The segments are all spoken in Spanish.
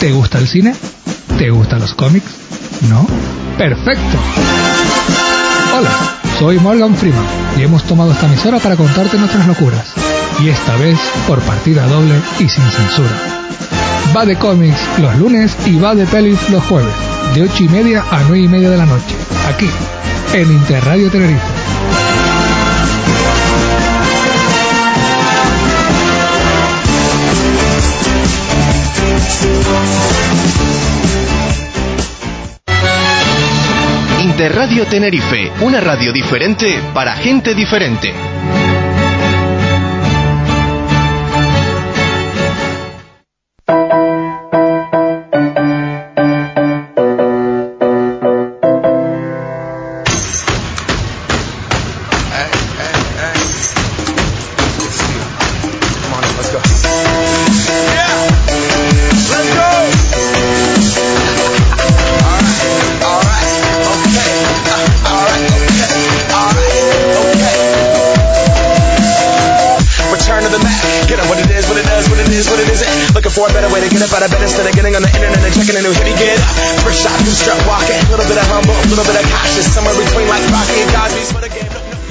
¿Te gusta el cine? ¿Te gustan los cómics? ¿No? ¡Perfecto! Hola, soy Morgan Freeman y hemos tomado esta emisora para contarte nuestras locuras. Y esta vez por partida doble y sin censura. Va de cómics los lunes y va de pelis los jueves, de 8 y media a 9 y media de la noche, aquí, en Interradio Tenerife. Interradio Tenerife, una radio diferente para gente diferente.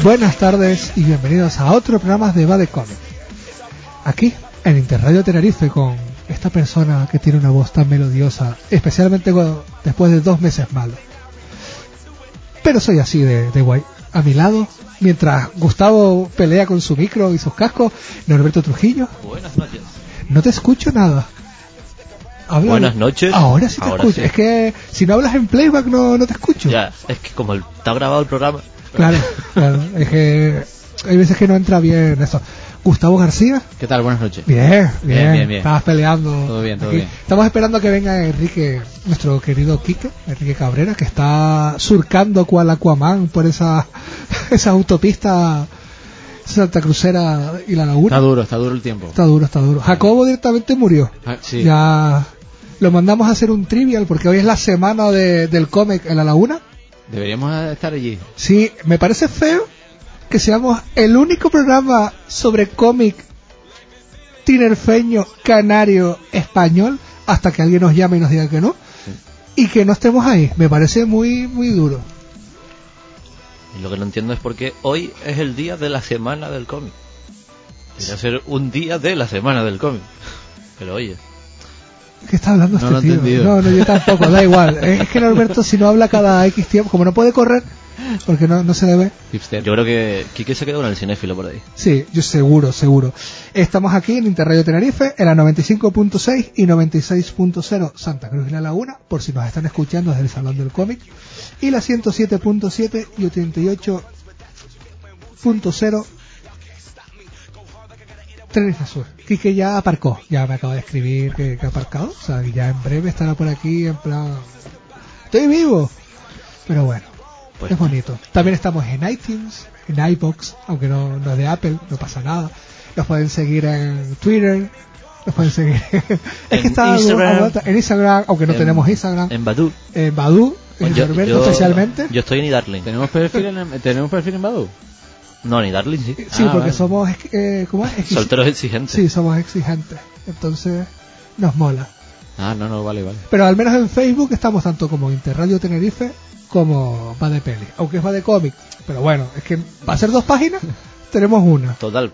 Buenas tardes y bienvenidos a otro programa de Va de Comics. Aquí, en Interradio Tenerife, con esta persona que tiene una voz tan melodiosa, especialmente cuando- después de dos meses malos. Pero soy así de, de guay. A mi lado, mientras Gustavo pelea con su micro y sus cascos, Norberto Trujillo, Buenas noches. no te escucho nada. Habla- Buenas noches. Ahora sí te Ahora escucho. sí. Es que si no hablas en playback no, no te escucho. Ya, es que como el- está grabado el programa. Claro, claro. Es que hay veces que no entra bien eso. Gustavo García. ¿Qué tal? Buenas noches. Bien, bien, Bien, bien, bien. Estabas peleando. Todo bien, todo bien. Estamos esperando que venga Enrique, nuestro querido Quique, Enrique Cabrera, que está surcando cual Aquaman por esa, esa autopista Santa Crucera y la Está Laguna. duro, está duro el tiempo. Está duro, está duro. Jacobo directamente murió. Ah, sí. Ya lo mandamos a hacer un trivial porque hoy es la semana de- del cómic en la Laguna. Deberíamos estar allí. Sí, me parece feo que seamos el único programa sobre cómic tinerfeño, canario, español, hasta que alguien nos llame y nos diga que no, y que no estemos ahí. Me parece muy, muy duro. Y lo que no entiendo es por qué hoy es el día de la semana del cómic. Debería ser un día de la semana del cómic. Pero oye, ¿Qué está hablando No este lo he tío? entendido. No, no, yo tampoco, da igual. Es que Norberto, si no habla cada X tiempo, como no puede correr, porque no, no se debe. Hipster. yo creo que Quique se quedó con el cinéfilo por ahí. Sí, yo seguro, seguro. Estamos aquí en Interradio Tenerife, en la 95.6 y 96.0 Santa Cruz y La Laguna, por si nos están escuchando desde el Salón del Cómic, y la 107.7 y 88.0 Tenerife Sur. Quique ya aparcó, ya me acaba de escribir que, que ha aparcado, o sea, que ya en breve estará por aquí en plan... ¡Estoy vivo! Pero bueno. Pues es bonito. También estamos en iTunes, en iBox, aunque no, no es de Apple, no pasa nada. Nos pueden seguir en Twitter, nos pueden seguir es En está algo- Instagram. aguanta, en Instagram, aunque no En- tenemos Instagram, en, En Badu. Badu, en Norberto especialmente. Yo estoy en Darling. ¿Tenemos perfil en, ¿tenemos perfil en Badu? No, ni Darling, sí. sí, Ah, porque vale. somos ex- eh, ¿cómo es? Exi- Solteros exigentes. Sí, somos exigentes. Entonces nos mola. Ah, no, no, vale, vale. Pero al menos en Facebook estamos tanto como Interradio Tenerife como Va de Peli, aunque es Va de Cómic. Pero bueno, es que va a ser dos páginas, tenemos una. Total.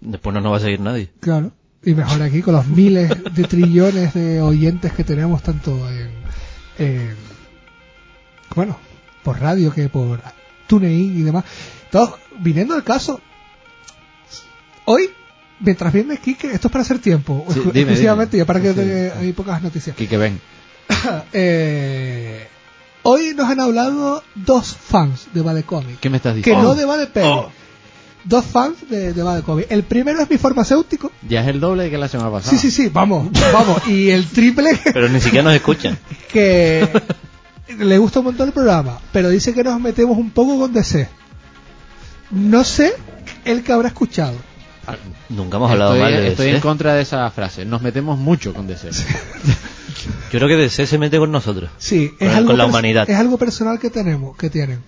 Después no nos va a seguir nadie. Claro. Y mejor aquí con los miles de trillones de oyentes que tenemos tanto en, en- bueno, por radio que por TuneIn y demás. Todos viniendo al caso. Hoy, mientras viene Quique, esto es para hacer tiempo, Sí, exclu- dime, exclusivamente, dime. ya para que Sí, te- sí. hay pocas noticias. Quique, ven. Eh, hoy nos han hablado dos fans de Bad Comic ¿Qué me estás que diciendo? no de Bad Peli. Oh. Dos fans de, de Bad Comic. El primero es mi farmacéutico. Ya es el doble que la semana pasada. Sí, sí, sí, vamos, vamos. Y el triple que- Pero ni siquiera nos escuchan. que le gusta un montón el programa, pero dice que nos metemos un poco con DC. No sé el que habrá escuchado. Nunca hemos hablado Estoy, mal de estoy DC. en contra de esa frase. Nos metemos mucho con DC. Yo creo que DC se mete con nosotros. Sí, es Con- algo con la pers- humanidad. Es algo personal que tenemos, que tienen.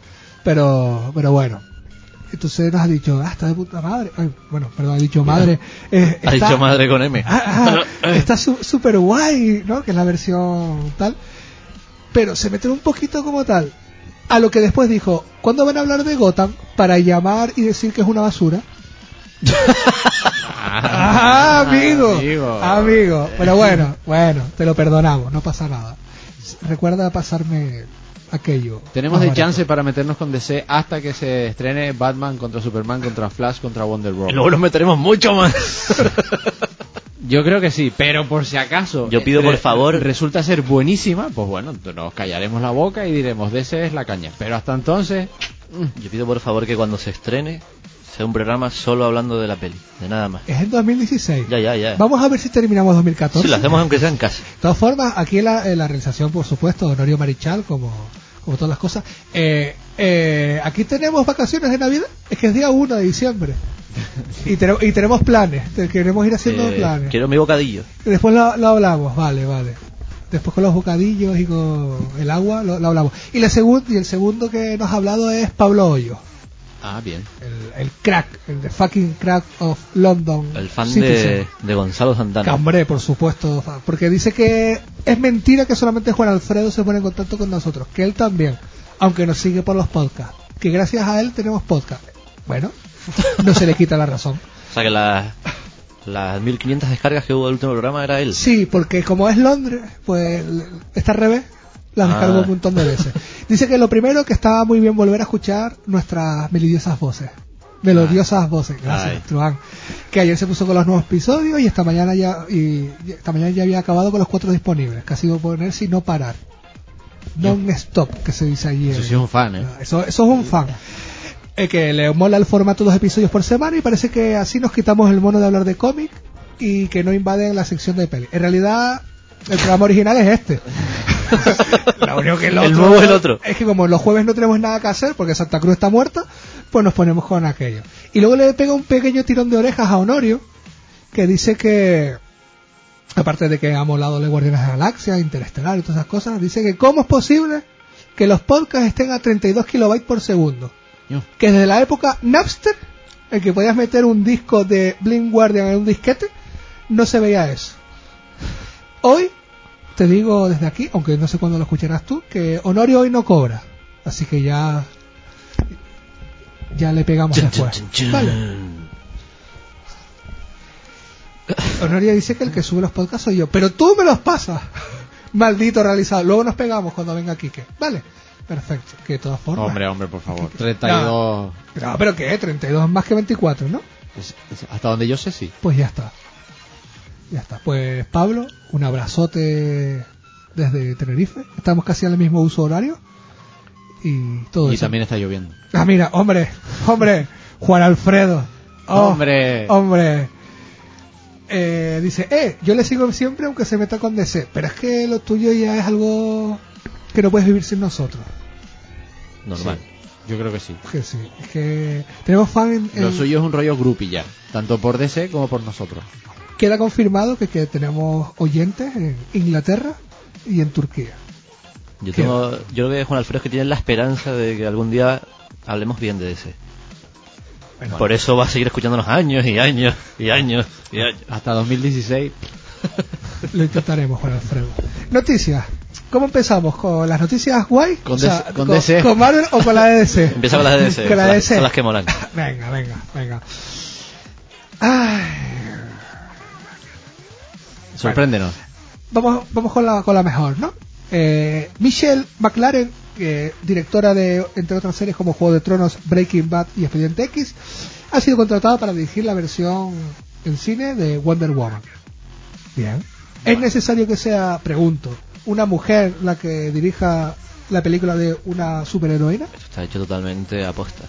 Pero, pero bueno. entonces nos ha dicho, ah, está de puta madre. Ay, bueno, perdón, ha dicho madre. Eh, Ha está- dicho madre con M. Ah, ah, eh. está su- súper guay, ¿no? Que es la versión tal. Pero se meten un poquito como tal. A lo que después dijo, ¿cuándo van a hablar de Gotham para llamar y decir que es una basura? Ah, amigo, amigo. amigo. Pero bueno, bueno, te lo perdonamos, no pasa nada. S- Recuerda pasarme aquello. Tenemos más de barato. chance para meternos con DC hasta que se estrene Batman contra Superman contra Flash contra Wonder Y Woman. luego nos meteremos mucho más. Yo creo que sí, pero por si acaso. Yo pido, eh, por re- favor- Resulta ser buenísima, pues bueno, nos callaremos la boca y diremos DC es la caña. Pero hasta entonces, mm, Yo pido por favor que cuando se estrene sea un programa solo hablando de la peli, de nada más. Es en 2016. Ya, ya, ya. Vamos a ver si terminamos 2014. Si lo hacemos aunque sea en casa. De todas formas, aquí la, eh, la realización, por supuesto, Honorio Marichal, como, como todas las cosas. Eh, eh, aquí tenemos vacaciones de Navidad, es que es día 1 de diciembre. Y, tenemos- y tenemos planes, te- queremos ir haciendo Eh, planes. quiero mi bocadillo. Después lo, lo hablamos, vale, vale. Después con los bocadillos y con el agua lo, lo hablamos. Y, la segun- y el segundo que nos ha hablado es Pablo Hoyo, ah bien. el, el crack, el de fucking crack of London. El fan Citizen. de, de Gonzalo Que, Santana. Hombre, por supuesto, fa- porque dice que es mentira que solamente Juan Alfredo se pone en contacto con nosotros, que él también, aunque nos sigue por los podcasts, que gracias a él tenemos podcast. Bueno, no se le quita la razón. O sea que las, las 1500 descargas que hubo del último programa era él. Sí, porque como es Londres, pues l- está al revés, la descargó Ah. un montón de veces. Dice que lo primero que estaba muy bien volver a escuchar nuestras melodiosas voces. Melodiosas voces, Ay. gracias, Truán. Que ayer se puso con los nuevos episodios y esta mañana ya y y esta mañana ya había acabado con los cuatro disponibles, que ha sido ponerse y no parar. Non-stop, que se dice ayer. Eso sí es un fan, ¿eh? Eso, eso es un fan. Eh, que le mola el formato dos episodios por semana y parece que así nos quitamos el mono de hablar de cómic y que no invaden la sección de peli. En realidad, el programa original es este. Lo único que El nuevo es el otro. Es que como los jueves no tenemos nada que hacer porque Santa Cruz está muerta, pues nos ponemos con aquello. Y luego le pega un pequeño tirón de orejas a Honorio, que dice que aparte de que ha molado de Guardianes de la Galaxia, Interestelar y todas esas cosas, dice que cómo es posible que los podcasts estén a 32 kilobytes por segundo. Yo. Que desde la época Napster, en que podías meter un disco de Blink Guardian en un disquete, no se veía eso. Hoy, te digo desde aquí, aunque no sé cuándo lo escucharás tú, que Honorio hoy no cobra. Así que ya... Ya le pegamos Chun, después. chun, chun, chun. Vale. Honorio dice que el que sube los podcasts soy yo, pero tú me los pasas. Maldito realizado. Luego nos pegamos cuando venga Quique. Vale, perfecto. Que de todas formas. Hombre, hombre, por favor. 32. No, pero ¿qué? 32 más que 24, ¿no? es- es- Hasta donde yo sé, sí. Pues ya está. Ya está. Pues Pablo, un abrazote desde Tenerife. Estamos casi al mismo uso horario. Y todo Y eso. también está lloviendo. Ah, mira, hombre, hombre, Juan Alfredo. Oh, Hombre. Hombre. Eh, dice, eh, yo le sigo siempre aunque se meta con DC, pero es que lo tuyo ya es algo que no puedes vivir sin nosotros. Normal. Sí, Yo creo que sí. Que sí, es que tenemos fan en, Lo en- suyo es un rollo groupie ya, tanto por DC como por nosotros. Queda confirmado que, que tenemos oyentes en Inglaterra y en Turquía. Yo, ¿Qué? tengo, yo creo que Juan Alfredo es que tiene la esperanza de que algún día hablemos bien de ese. Bueno. Por eso va a seguir escuchándonos años y años y años y años. Hasta 2016. Lo intentaremos, Juan Alfredo. Noticias. ¿Cómo empezamos? ¿Con las noticias guay? Con DC con DC. ¿Con Marvel o con la de DC? Empieza con las de ese. Con la son de las- DC. son las que molan. Venga, venga, venga. Ay, Sorpréndenos. vamos, vamos con la, con la mejor, ¿no? Eh, Michelle McLaren, eh, directora de, entre otras series como Juego de Tronos, Breaking Bad y Expediente X, ha sido contratada para dirigir la versión en cine de Wonder Woman. Bien. ¿Es necesario que sea, pregunto, una mujer la que dirija la película de una superheroína? Esto está hecho totalmente aposta.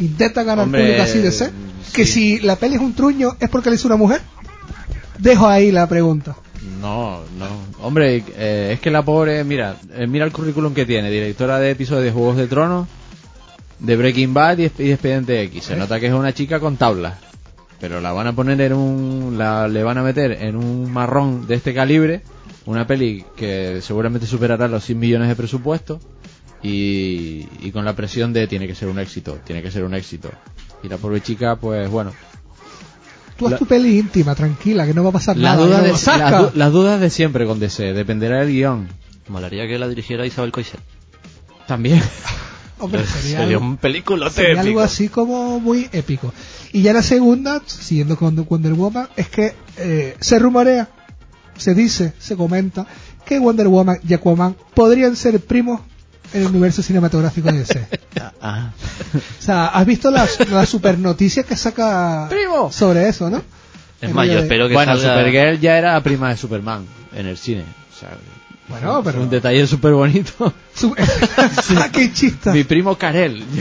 intenta ganar Hombre, mm, público así de ser. sí. Que si la peli es un truño, ¿es porque le hizo una mujer? Dejo ahí la pregunta. No, no. Hombre, eh, es que la pobre, mira, eh, mira el currículum que tiene, directora de episodios de Juegos de Tronos, de Breaking Bad y, Esp- y de Expediente X. Se nota que es una chica con tablas. Pero la van a poner en un, la, le van a meter en un marrón de este calibre, una peli que seguramente superará los 100 millones de presupuesto y, y con la presión de tiene que ser un éxito, tiene que ser un éxito. Y la pobre chica, pues bueno, Tú haz La- tu peli íntima, tranquila, que no va a pasar las nada. dudas Y de, luego, ¡saca! las du- las dudas de siempre con DC, dependerá del guión. Molaría que la dirigiera Isabel Coixet. También. Hombre, Pues sería, Sería algo- un película sería algo así como muy épico. Y ya la segunda, siguiendo con Wonder Woman, es que eh, se rumorea, se dice, se comenta que Wonder Woman y Aquaman podrían ser primos en el universo cinematográfico de DC. Ah, O sea, ¿has visto las, las super noticias que saca Primo. sobre eso, no? Es más, yo espero que bueno, salga- Supergirl ya era prima de Superman en el cine. O sea, Bueno, pero... Un detalle súper bonito. su- Ah, ¡Qué chista! Mi primo Karel.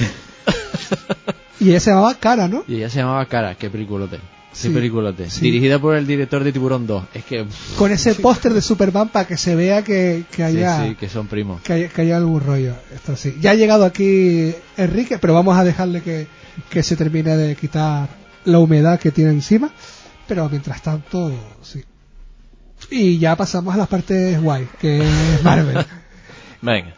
Y ella se llamaba Cara, ¿no? Y ella se llamaba Cara, qué peliculote. Sí, qué peliculote. sí. Dirigida por el director de Tiburón 2. Es que. pff, Con ese póster de Superman para que se vea que, que sí, haya... sí, que son primos. Que haya, que haya algún rollo. Esto sí. Ya ha llegado aquí Enrique, pero vamos a dejarle que, que se termine de quitar la humedad que tiene encima. Pero mientras tanto, sí. Y ya pasamos a las partes guay, que es Marvel. Venga.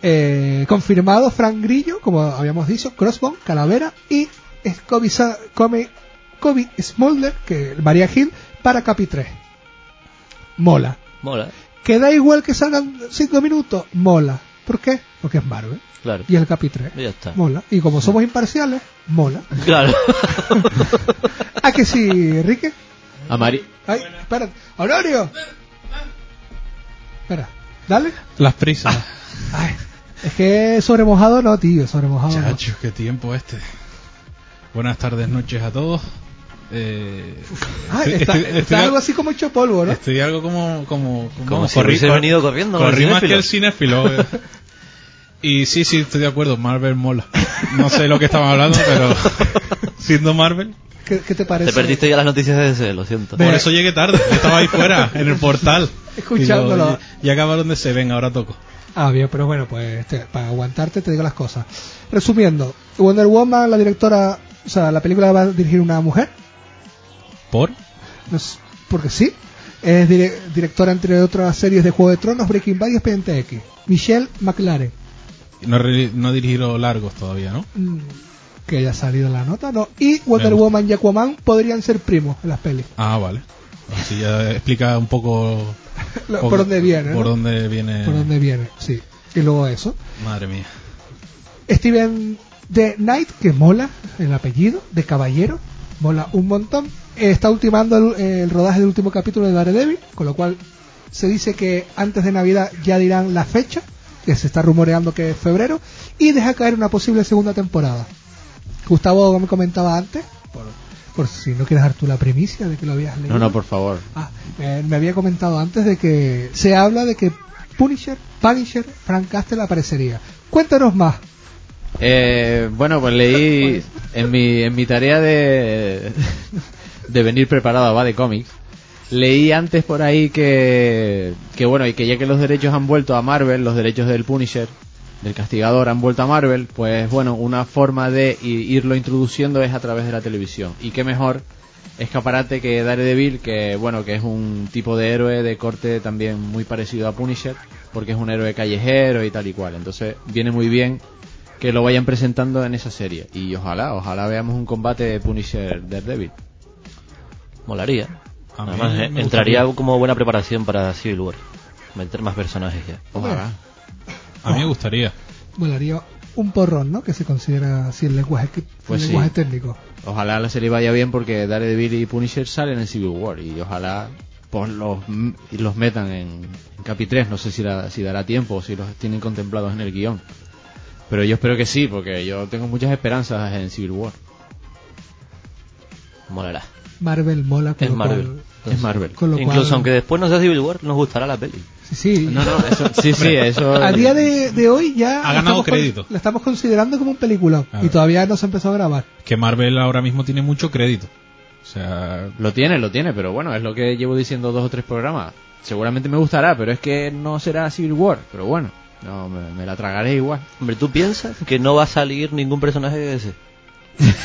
Eh, confirmado Frank Grillo, como habíamos dicho, Crossbone, Calavera y es Kobe, Sa- Come- Kobe Smolder, que María Hill, para Capi 3. Mola. Mola, Que da igual que salgan 5 minutos, mola. ¿Por qué? Porque es Marvel. claro. Y el Capi 3. Ya está. Mola. Y como somos imparciales, mola. Claro. ¿A que sí, Enrique? A Mari- Ay, espérate. ¡Honorio! Espera, dale. Las prisas. Ay, es que sobre mojado no, tío, sobre mojado no. Ah, Chachos, qué tiempo este. Buenas tardes, noches a todos. Eh, Ah, Este- estoy- está, estoy- está estoy- algo así como hecho polvo, ¿no? Estoy algo como. Como, como, Como si hubiese venido corriendo con el Corrí más que cinéfilo. el cinéfilo. eh. y sí, sí, estoy de acuerdo. Marvel mola. No sé lo que estaban hablando, pero. siendo Marvel. ¿Qué, qué te parece? Te perdiste ya las noticias de ese, lo siento. Ve- Por eso llegué tarde. Yo estaba ahí fuera, en el portal. Escuchándolo. Y yo, Ya acabaron de se ven, ahora toco. Ah, bien, pero bueno, pues te- para aguantarte te digo las cosas. Resumiendo, Wonder Woman, la directora, o sea, la película la va a dirigir una mujer, ¿Por? no es- porque sí. Es dire- directora, entre otras series de Juego de Tronos, Breaking Bad y Expediente X. Michelle McLaren, No, re- no dirigieron largos todavía, ¿no? Mm, que ya ha salido la nota, ¿no? Y Wonder gusta. Woman y Aquaman podrían ser primos en las pelis. Ah, vale. Así ya explica un poco. Lo- poco- por dónde viene, ¿no? Por dónde viene. Por dónde viene, sí. Y luego eso. Madre mía. Steven de Knight, que mola el apellido, de caballero, mola un montón. Eh, Está ultimando el, el rodaje del último capítulo de Daredevil, con lo cual se dice que antes de Navidad ya dirán la fecha, que se está rumoreando que es febrero, y deja caer una posible segunda temporada. Gustavo me comentaba antes, por, por si no quieres dar tú la primicia de que lo habías leído. No, no, por favor. Ah, eh, me había comentado antes de que se habla de que Punisher, Punisher, Frank Castle aparecería. Cuéntanos más. Eh, bueno, pues leí en mi, en mi tarea de, de venir preparado a Va de cómics. Leí antes por ahí que, que bueno, y que ya que los derechos han vuelto a Marvel, los derechos del Punisher, del Castigador han vuelto a Marvel, pues bueno, una forma de i- irlo introduciendo es a través de la televisión. Y qué mejor escaparate que Daredevil, que bueno, que es un tipo de héroe de corte también muy parecido a Punisher, porque es un héroe callejero y tal y cual. Entonces viene muy bien que lo vayan presentando en esa serie. Y ojalá, ojalá veamos un combate de Punisher Daredevil. Molaría. A mí Además, me eh, gustaría. entraría como buena preparación para Civil War. Meter más personajes ya. Ojalá. A Oh. mí me gustaría. volaría un porrón, ¿no? Que se considera así el lenguaje, que- el Pues sí. lenguaje técnico. Ojalá la serie vaya bien porque Daredevil y Punisher salen en Civil War y ojalá pues los, m- y los metan en, en Capi 3, no sé si, la- si dará tiempo o si los tienen contemplados en el guión. Pero yo espero que sí, porque yo tengo muchas esperanzas en Civil War. Molará. Marvel mola con Es lo cual- Marvel. es Marvel. con lo Incluso cual- aunque después Pues no sea Civil War, nos gustará la peli. Sí, sí. No, no, eso, sí, sí, eso... A día de, de hoy ya... Ha la ganado estamos con- crédito. La estamos considerando como un peliculón. A Y ver. todavía no se empezó a grabar. Que Marvel ahora mismo tiene mucho crédito. O sea, Lo tiene, lo tiene, pero bueno, es lo que llevo diciendo dos o tres programas. Seguramente me gustará, pero es que no será Civil War. Pero bueno, no, me, me la tragaré igual. Hombre, ¿tú piensas que no va a salir ningún personaje de ese?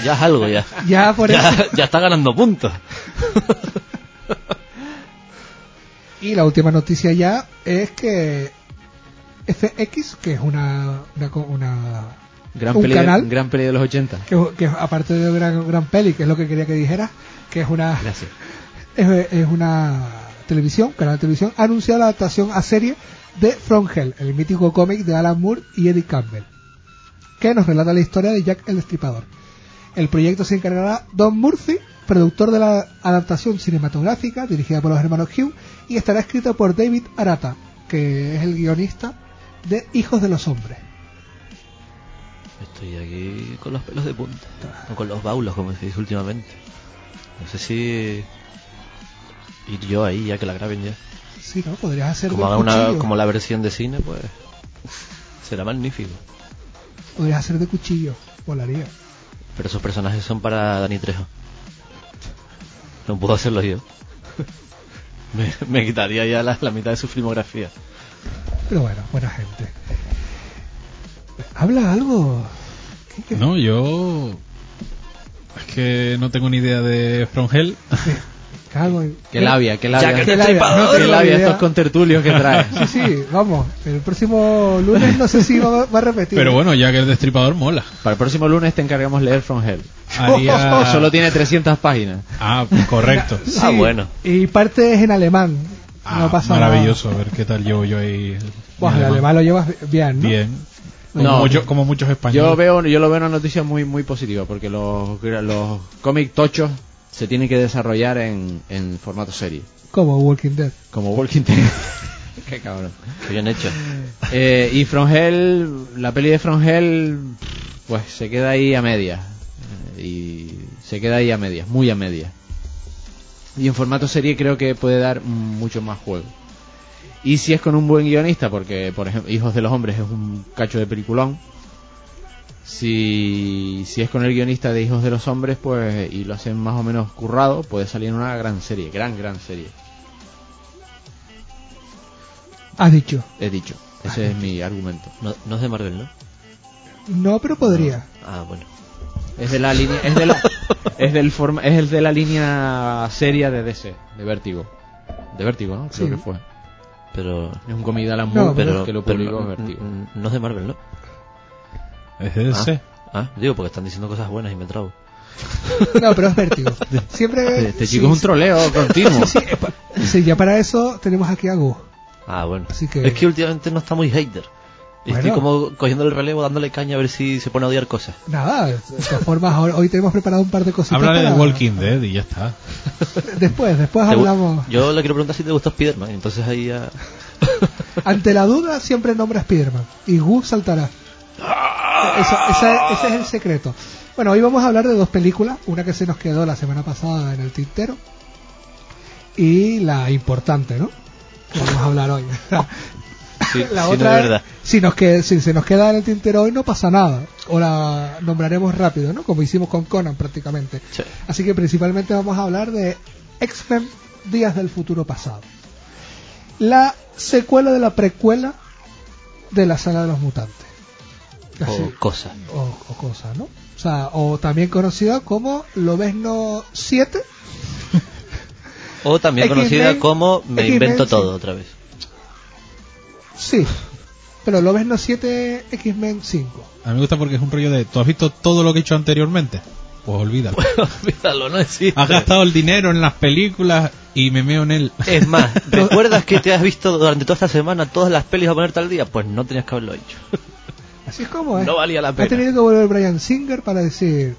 Ya es algo, ya. Ya por eso... ya, ya está ganando puntos. Y la última noticia ya es que FX, que es una, una, co- una- Gran un peli, canal De, gran peli de los 80. que, que aparte de gran, gran peli, que es lo que quería que dijera, que es una Gracias. es, es una televisión, canal de televisión, ha anunciado la adaptación a serie de From Hell, el mítico cómic de Alan Moore y Eddie Campbell, que nos relata la historia de Jack el Destripador. El proyecto se encargará Don Murphy, productor de la adaptación cinematográfica dirigida por los hermanos Hugh y estará escrito por David Arata, que es el guionista de Hijos de los Hombres. Estoy aquí con los pelos de punta. O con los baulos, como se dice últimamente. No sé si. ir yo ahí ya que la graben ya. Sí, ¿no? Podrías hacer Como, de haga una, cuchillo. como la versión de cine, pues. Será magnífico. Podrías hacer de cuchillo. Volaría. Pero esos personajes son para Dani Trejo. No puedo hacerlo yo. Me, me quitaría ya la, la mitad de su filmografía. Pero bueno, buena gente. ¿Habla algo? ¿Qué- qué- No, yo. Es que no tengo ni idea de From Hell. cago en- Qué labia, qué labia. Qué labia, no Qué tengo labia idea. estos contertulios que traes. Sí, sí, vamos. El próximo lunes no sé si va, va a repetir. Pero bueno, ya que el destripador mola. Para el próximo lunes te encargamos leer From Hell. Oh, Haría- Solo tiene 300 páginas. Ah, correcto. Sí, Ah, bueno. Y parte es en alemán. Ah, no pasa maravilloso. A ver qué tal llevo yo ahí. nada. Pues el alemán lo llevas bien, ¿no? Bien. Como, No. mucho- como muchos españoles. Yo veo, yo lo veo una noticia muy, muy positiva porque los, los cómics tochos se tienen que desarrollar en, en formato serie, Como Walking Dead. como Walking Dead. qué cabrón. Que bien hecho. Eh, y From Hell, la peli de From Hell, pues se queda ahí a medias. Eh, Y se queda ahí a medias, muy a medias. Y en formato serie creo que puede dar mm, mucho más juego. Y si es con un buen guionista, porque por ejemplo Hijos de los Hombres es un cacho de peliculón. Si, si es con el guionista de Hijos de los Hombres, pues y lo hacen más o menos currado, puede salir una gran serie, gran, gran serie. Has dicho. He dicho, ese es mi argumento. No, no es de Marvel, ¿no? No, pero podría. Ah, bueno. Es de la línea, es de la, es del forma, es el de la línea seria de DC, de Vértigo, de Vértigo, ¿no? Creo Sí. que fue. Pero. Es un comida Alan No, Moore, Pero, pero que lo pero publicó no, Vértigo. n- no es de Marvel, ¿no? Es de Ah, ese. ah, digo, porque están diciendo cosas buenas y me trago. No, pero es vértigo. Siempre. Este chico es un troleo continuo. un Sí, ya para eso tenemos aquí a Gus. Ah, bueno. Así que- Es que últimamente no está muy hater. Y Estoy Bueno. como cogiendo el relevo, dándole caña a ver si se pone a odiar cosas. Nada, de todas formas, hoy- hoy tenemos preparado un par de cositas. Háblale de para- Walking Dead y ya está. Después, después Te gu- hablamos. Yo le quiero preguntar si te gustó Spiderman, entonces ahí ya... Ante la duda, siempre nombra a Spiderman. Y Gus saltará. Esa- esa- ese es el secreto. Bueno, hoy vamos a hablar de dos películas. Una que se nos quedó la semana pasada en el tintero. Y la importante, ¿no? Que vamos a hablar hoy. Sí, la sí, no, otra de es- verdad. si, nos que, si se nos queda en el tintero hoy, no pasa nada. O la nombraremos rápido, ¿no? Como hicimos con Conan prácticamente. Sí. Así que principalmente vamos a hablar de X-Men Días del Futuro Pasado. La secuela de la precuela de la saga de los mutantes. Así- O cosas. o, o cosa, ¿no? O sea, o también conocida como Lobezno 7. O también X-Men, conocida como Me X-Men, invento sí. todo otra vez. Sí. Pero Lobezno 7 X-Men 5. A mí me gusta porque es un rollo de. ¿Tú has visto todo lo que he hecho anteriormente? Pues olvídalo. Olvídalo, no existe. Has gastado el dinero en las películas y me meo en él. Es más, ¿recuerdas que te has visto durante toda esta semana todas las pelis a poner tal día? Pues no tenías que haberlo hecho. Así es como es. No valía la Ha pena. tenido que volver Brian Singer para decir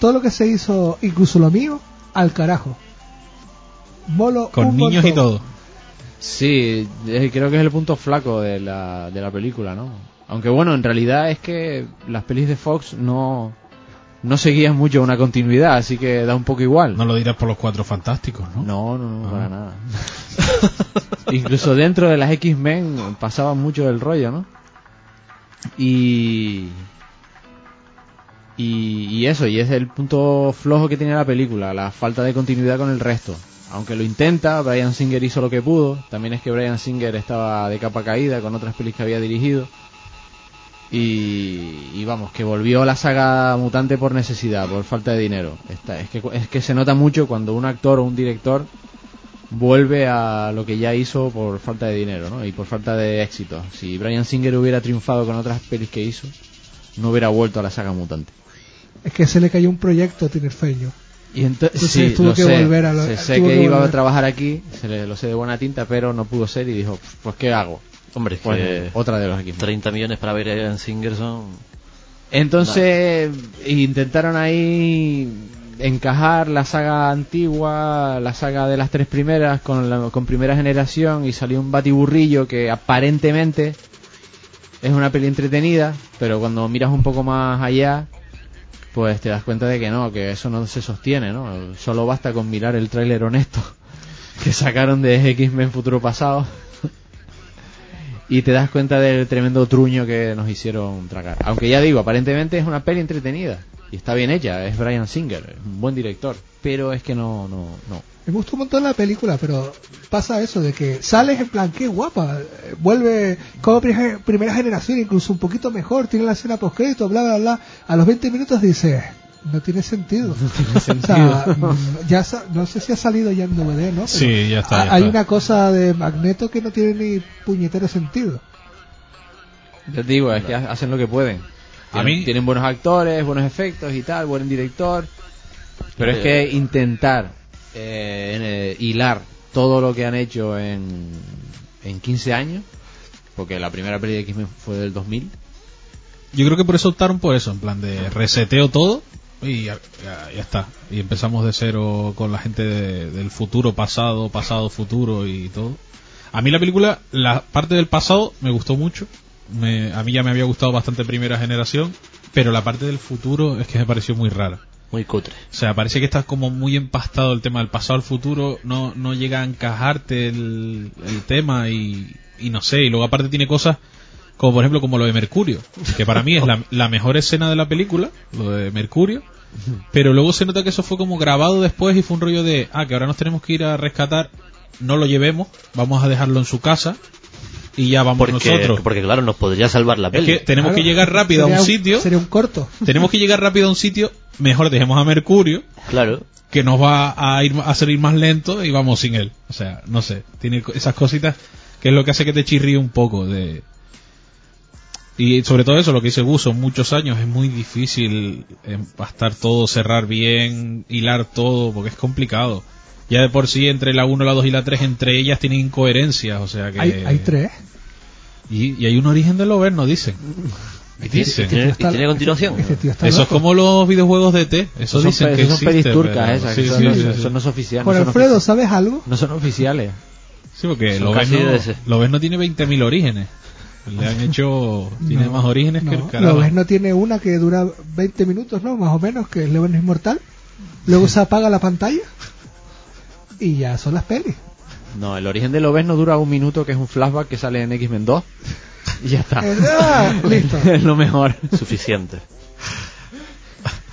todo lo que se hizo, incluso lo mío, al carajo. Molo Con un niños y montón. todo. Sí, eh, creo que es el punto flaco de la, de la película, ¿no? Aunque bueno, en realidad es que las pelis de Fox no, no seguían mucho una continuidad, así que da un poco igual. No lo dirás por los cuatro fantásticos, ¿no? No, no, no, para nada. Incluso dentro de las X-Men pasaba mucho el rollo, ¿no? Y... Y, y eso, y es el punto flojo que tiene la película, la falta de continuidad con el resto. Aunque lo intenta, Brian Singer hizo lo que pudo. También es que Brian Singer estaba de capa caída con otras pelis que había dirigido. Y, y vamos, que volvió a la saga mutante por necesidad, por falta de dinero. Está, es, que, cu- es que se nota mucho cuando un actor o un director vuelve a lo que ya hizo por falta de dinero ¿no? y por falta de éxito. Si Brian Singer hubiera triunfado con otras pelis que hizo, no hubiera vuelto a la saga mutante. Es que se le cayó un proyecto tinerfeño. Y entonces, Entonces tuvo que volver a lo- sé, sé tuvo que, que iba a volver. trabajar aquí, se le, lo sé de buena tinta, pero no pudo ser y dijo, pues ¿qué hago? Hombre, es Pues que otra de los equipos. 30 millones para ver a Singerson. Entonces intentaron ahí encajar la saga antigua, la saga de las tres primeras con, la, con primera generación y salió un batiburrillo que aparentemente es una peli entretenida, pero cuando miras un poco más allá, pues te das cuenta de que no, que eso no se sostiene, ¿no? Solo basta con mirar el tráiler honesto que sacaron de X-Men Futuro Pasado y te das cuenta del tremendo truño que nos hicieron tragar. Aunque ya digo, aparentemente es una peli entretenida y está bien hecha, es Brian Singer, es un buen director, pero es que no, no, no. Me gustó un montón la película, pero pasa eso de que sales en plan, qué guapa, eh, vuelve como pri- primera generación, incluso un poquito mejor, tiene la escena postcrédito, bla, bla, bla. A los 20 minutos dices, no tiene sentido. O sea, mm, ya sa- no sé si ha salido ya en DVD, ¿no? Pero Sí, ya está, ya ha- Hay está. una cosa de Magneto que no tiene ni puñetero sentido. Les digo, es que ha- hacen lo que pueden. A Tienen, mí- tienen buenos actores, buenos efectos y tal, buen director. Pero es que intentar eh, en, eh, hilar todo lo que han hecho en, en 15 años, porque la primera peli de X-Men fue del 2000, Yo creo que por eso optaron por eso, en plan de reseteo todo y ya, ya- ya está. Y empezamos de cero con la gente de- del futuro, pasado, pasado, futuro y todo. A mí la película, la parte del pasado me gustó mucho. Me- a mí ya me había gustado bastante primera generación, pero la parte del futuro es que me pareció muy rara. Muy cutre. O sea, parece que estás como muy empastado el tema del pasado al futuro, no, no llega a encajarte el, el tema y, y no sé, y luego aparte tiene cosas como por ejemplo como lo de Mercurio, que para mí es la, la mejor escena de la película, lo de Mercurio, pero luego se nota que eso fue como grabado después y fue un rollo de, ah, que ahora nos tenemos que ir a rescatar, no lo llevemos, vamos a dejarlo en su casa y ya vamos Porque, nosotros. porque claro, nos podría salvar la Es peli. que tenemos Claro, que llegar rápido a un sería sitio, Sería un corto. tenemos que llegar rápido a un sitio, mejor dejemos a Mercurio Claro. que nos va a ir a hacer ir más lento y vamos sin él. O sea, no sé, tiene co- esas cositas que es lo que hace que te chirríe un poco de y sobre todo eso, lo que dice Gus, son muchos años, es muy difícil empastar todo, cerrar bien, hilar todo, porque es complicado. Ya de por sí, entre la 1, la 2 y la 3, entre ellas tienen incoherencias, o sea que... Hay, hay tres. Y, y hay un origen del over, no dicen. Y Dicen. tiene, y Está- tiene continuación. Este tío está Eso es loco. como los videojuegos de E T, eso Esos son dicen pe- que esos son pelis existe, turcas pero- esas, sí, que sí, son, sí, son- sí. son no son oficiales. Juan no son Alfredo, oficiales. ¿sabes algo? No son oficiales. Sí, porque Son lo ves, casi no, DS. lo ves no tiene 20.000 orígenes. Le han hecho. Tiene No, más orígenes que el no. carajo. Lo ves, no tiene una que dura 20 minutos, ¿no? Más o menos, que es León es inmortal. Luego se apaga la pantalla y ya son las pelis. No, el origen de Lobez no dura un minuto, que es un flashback que sale en X-Men 2. Y ya está. Ah, Listo. es lo mejor. Suficiente.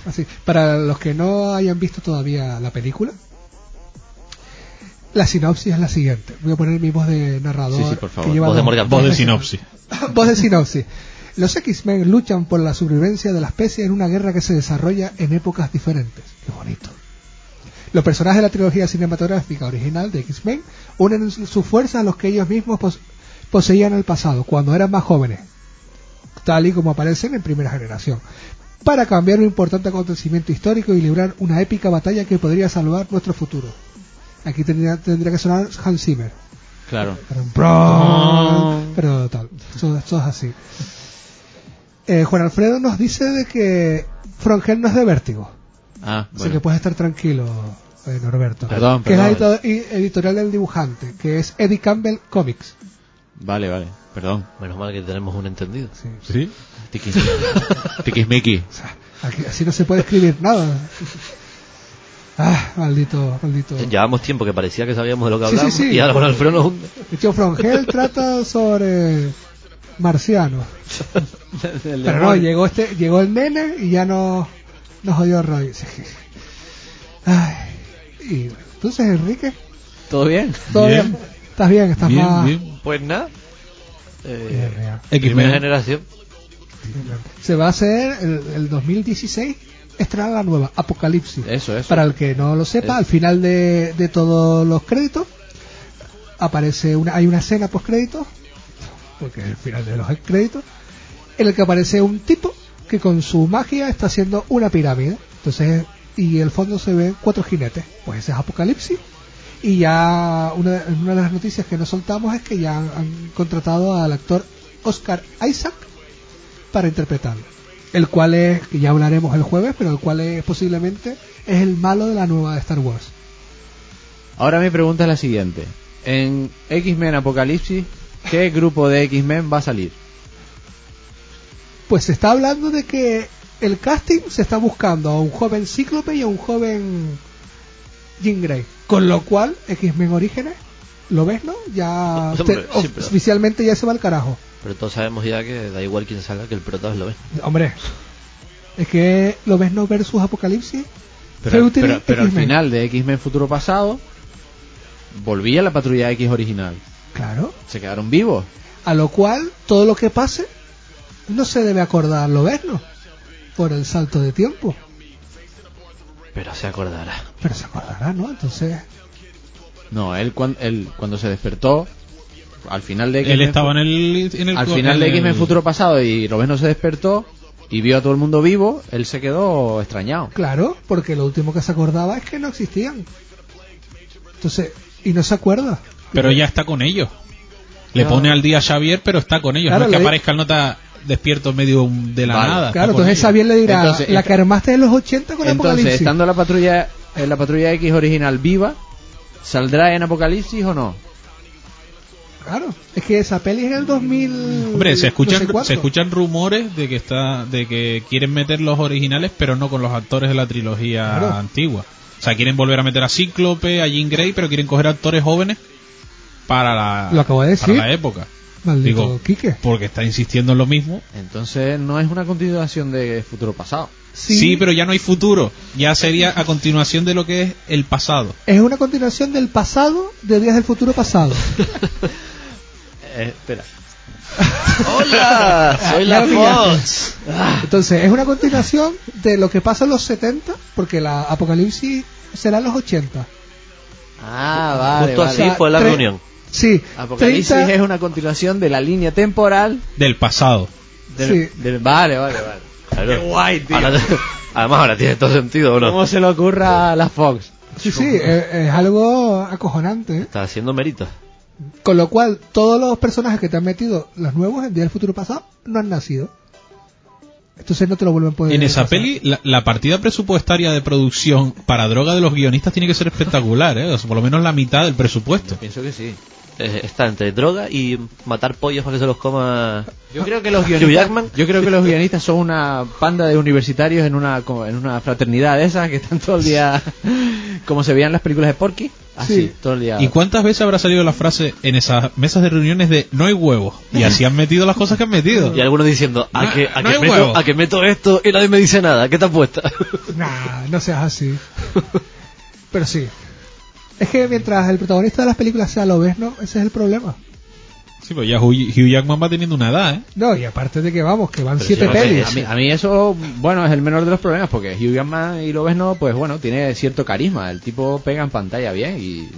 Así. Para los que no hayan visto todavía la película, la sinopsis es la siguiente. Voy a poner mi voz de narrador. Sí, sí, por favor. que lleva Voz de dos- Morgan Voz de sinopsis. Voz de sinopsis. Los X-Men luchan por la supervivencia de la especie en una guerra que se desarrolla en épocas diferentes. Qué bonito. Los personajes de la trilogía cinematográfica original de X-Men unen en su- sus fuerzas a los que ellos mismos pos- poseían en el pasado, cuando eran más jóvenes, tal y como aparecen en primera generación, para cambiar un importante acontecimiento histórico y librar una épica batalla que podría salvar nuestro futuro. Aquí tendría, tendría que sonar Hans Zimmer. Claro. Pero, Ah. bro, pero tal, esto, esto es así. Eh, Juan Alfredo nos dice de que Frongel no es de vértigo. Ah, Así que bueno. puedes estar tranquilo, eh, Norberto. Perdón, que es la perdón. edito- i- editorial del dibujante, que es Eddie Campbell Comics. Vale, vale. Perdón. Menos mal que tenemos un entendido. Sí. ¿Sí? Tiquis. Tiquismiqui. O sea, aquí- así no se puede escribir nada. Ah, maldito, maldito. Llevamos tiempo que parecía que sabíamos de lo que Sí, hablábamos sí, sí. y ahora con Alfredo nos hunde. De hecho, Frongel trata sobre marcianos. Pero no, llegó este, llegó el nene y ya no nos jodió el rollo. Ay, y entonces Enrique, ¿Todo bien? todo bien, Bien. estás bien, estás Bien, más. bien. Pues nada. Eh, Bien, bien. primera X-Men. generación. Se va a hacer el, el 2016 estrena la nueva Apocalipsis. Eso, eso. Para el que no lo sepa, al final de, de todos los créditos aparece una, hay una escena post créditos, porque es el final de los créditos, en el que aparece un tipo que con su magia está haciendo una pirámide. Entonces, y en el fondo se ven cuatro jinetes. Pues ese es Apocalipsis. Y ya una, de- una de las noticias que nos soltamos es que ya han, han contratado al actor Oscar Isaac para interpretarlo. El cual es, que ya hablaremos el jueves, pero el cual es posiblemente es el malo de la nueva de Star Wars. Ahora mi pregunta es la siguiente. En X-Men Apocalipsis, ¿qué grupo de X-Men va a salir? Pues se está hablando de que el casting se está buscando a un joven Cíclope y a un joven Jean Grey. Con lo cual, X-Men Orígenes, ¿lo ves, no? Ya Hombre, te- of- sí, pero- oficialmente ya se va al carajo. Pero todos sabemos ya que da igual quién salga, que el prota es lo ve. Hombre, es que lo ves no versus Apocalipsis. Pero, Feutery, pero- pero al X-Men. final de X-Men Futuro Pasado, volvía la patrulla X original. Claro. Se quedaron vivos. A lo cual, todo lo que pase no se debe acordar lo ves, no? Por el salto de tiempo. Pero se acordará. Pero se acordará, ¿no? Entonces, No, él, cuan- él cuando se despertó, al final de Él X-Men estaba en el. En el al co- final en de el- X-Men Futuro Pasado y Robert no se despertó y vio a todo el mundo vivo, él se quedó extrañado. Claro, porque lo último que se acordaba es que no existían. Entonces, y no se acuerda. Pero ya está con ellos. Le Claro. pone al día a Xavier, pero está con ellos. Claro, no es que le- aparezca el nota despierto en medio de la Vale. nada. está claro, con entonces ellos. Xavier le dirá, Entonces, la esta- que armaste en los 80 con Entonces, Apocalipsis. estando la patrulla eh, la patrulla X original viva, ¿saldrá en Apocalipsis o no? Claro, es que esa peli es en el 2000... Hombre, se no escuchan, sé cuánto. se escuchan rumores de que está, de que quieren meter los originales, pero no con los actores de la trilogía Claro. antigua. O sea, quieren volver a meter a Cíclope, a Jean Grey, pero quieren coger actores jóvenes para la, Lo acabo de para decir. la época. Maldito Digo, Quique. porque está insistiendo en lo mismo. Entonces, no es una continuación de Futuro Pasado. Sí. pero ya no hay futuro. Ya sería a continuación de lo que es el pasado. Es una continuación del pasado de Días del Futuro Pasado. espera. ¡Hola! ¡Soy la Ya lo pillaste. Fox! Entonces, es una continuación de lo que pasa en los 70, porque la Apocalipsis será en los 80. Ah, vale. Justo vale. así fue la Tres- reunión. Sí, Apocalipsis 30 es una continuación de la línea temporal. Del pasado. del- Sí. del- vale, vale, vale. Claro. guay, tío. Ahora- además, ahora tiene todo sentido, ¿o no? ¿Cómo se le ocurra a la Fox? Sí, sí, es, es algo acojonante. ¿eh? Está haciendo méritos. Con lo cual, todos los personajes que te han metido, los nuevos en Día del Futuro Pasado, no han nacido. Entonces no te lo vuelven a poner. En esa pasar. peli, la, la partida presupuestaria de producción para droga de los guionistas tiene que ser espectacular, ¿eh? O sea, por lo menos la mitad del presupuesto. Pienso que sí. Eh, está entre droga y matar pollos para que se los coma. Yo creo que los Hugh guionistas, Jackman. yo creo que los guionistas son una panda de universitarios en una co- en una fraternidad de esas que están todo el día como se veían las películas de Porky, así Sí. todo el día. ¿Y cuántas veces habrá salido la frase en esas mesas de reuniones de no hay huevos? Y así han metido las cosas que han metido. Y algunos diciendo, ¿a, No, que, a, no que hay huevo. meto, a que meto esto y nadie me dice nada? ¿Qué te apuesta? Nah, no seas así. Pero sí. Es que mientras el protagonista de las películas sea lo ves, ¿no? Ese es el problema. Sí, pero ya Hugh, Hugh Jackman va teniendo una edad, ¿eh? No, y aparte de que vamos, que van Pero siete sí, no sé, pelis. a mí, a mí eso, bueno, es el menor de los problemas porque Hugh Jackman y lo ves no, pues bueno, tiene cierto carisma, el tipo pega en pantalla bien y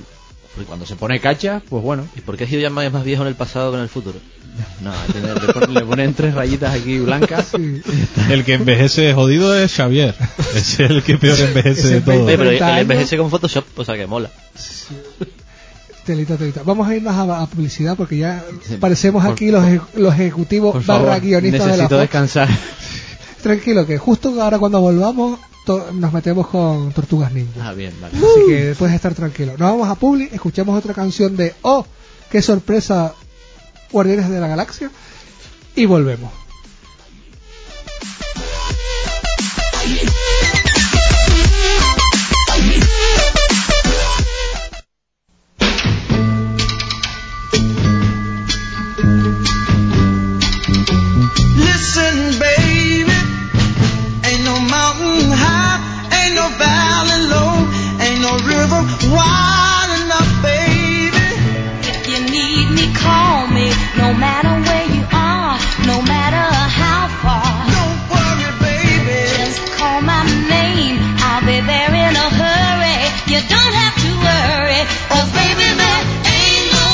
cuando se pone cacha, pues bueno, ¿Y por qué Hugh Jackman es más viejo en el pasado que en el futuro? no, tiene- le, pon- le ponen tres rayitas aquí blancas. Sí. El que envejece jodido es Xavier. Es el que peor envejece de todos. Oye, pero 30 él años. envejece con Photoshop, o sea que mola. Telita, telita. Vamos a irnos a, a publicidad porque ya Sí. parecemos Por- aquí los, eje- los ejecutivos Por barra favor, guionistas de la necesito Fox. descansar. Tranquilo, que justo ahora cuando volvamos to- nos metemos con Tortugas Ninja. Ah, bien, vale. Así que puedes estar tranquilo. Nos vamos a Publi, escuchamos otra canción de Oh, qué sorpresa, Guardianes de la Galaxia, y volvemos. Listen, baby. Ain't no mountain high, ain't no valley low, ain't no river wide enough, baby. If you need me, call me. No matter where you are, no matter how far. Don't worry, baby. Just call my name. I'll be there in a hurry. You don't have to worry. 'cause baby, there ain't no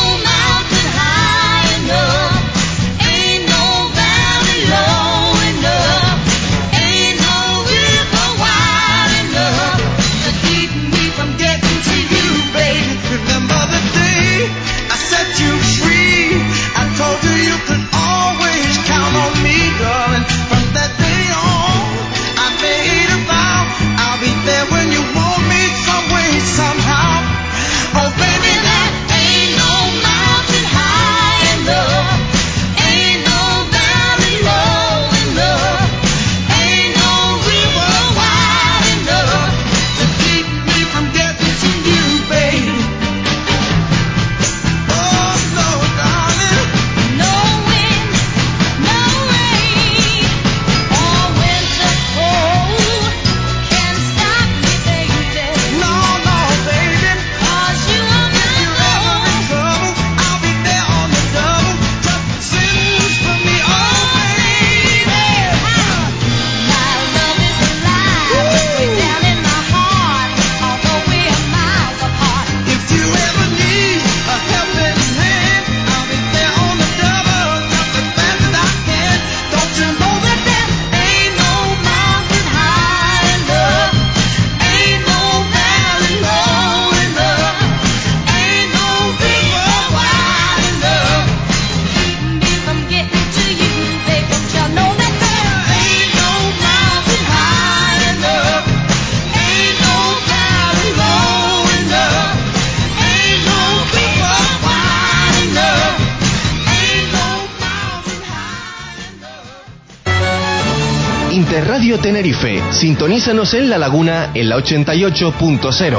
Te Radio Tenerife. Sintonízanos en La Laguna en la 88.0.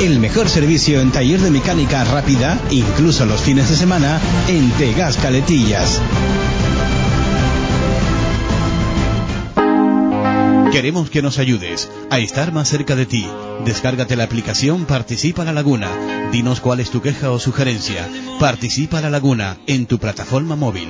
El mejor servicio en taller de mecánica rápida, incluso los fines de semana, en Tegas Caletillas. Queremos que nos ayudes a estar más cerca de ti. Descárgate la aplicación Participa La Laguna. Dinos cuál es tu queja o sugerencia. Participa La Laguna en tu plataforma móvil.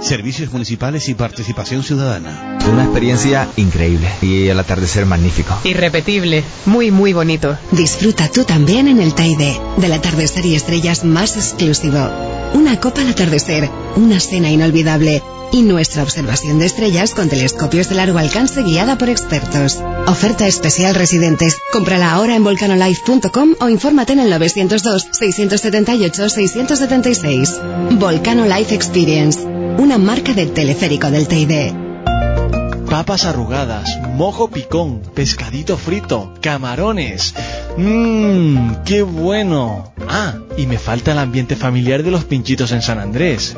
Servicios municipales y participación ciudadana. Una experiencia increíble y el atardecer magnífico. Irrepetible, muy muy bonito. Disfruta tú también en el Taide, del atardecer y estrellas más exclusivo. Una copa al atardecer, una cena inolvidable y nuestra observación de estrellas con telescopios de largo alcance guiada por expertos. Oferta especial residentes. Cómprala ahora en volcanolife.com o infórmate en el 902-678-676. Volcano Life Experience, una marca del teleférico del Teide. Papas arrugadas, mojo picón, pescadito frito, camarones. Mmm, qué bueno. Ah, y me falta el ambiente familiar de los pinchitos en San Andrés.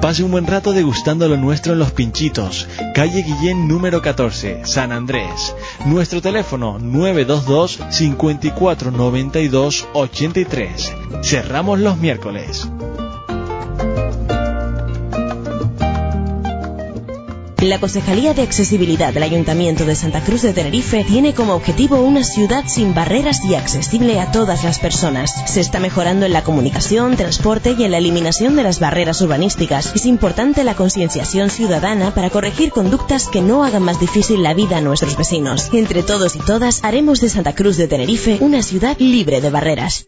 Pase un buen rato degustando lo nuestro en los pinchitos. Calle Guillén número 14, San Andrés. Nuestro teléfono 922 54 92 83. Cerramos los miércoles. La Concejalía de Accesibilidad del Ayuntamiento de Santa Cruz de Tenerife tiene como objetivo una ciudad sin barreras y accesible a todas las personas. Se está mejorando en la comunicación, transporte y en la eliminación de las barreras urbanísticas. Es importante la concienciación ciudadana para corregir conductas que no hagan más difícil la vida a nuestros vecinos. Entre todos y todas haremos de Santa Cruz de Tenerife una ciudad libre de barreras.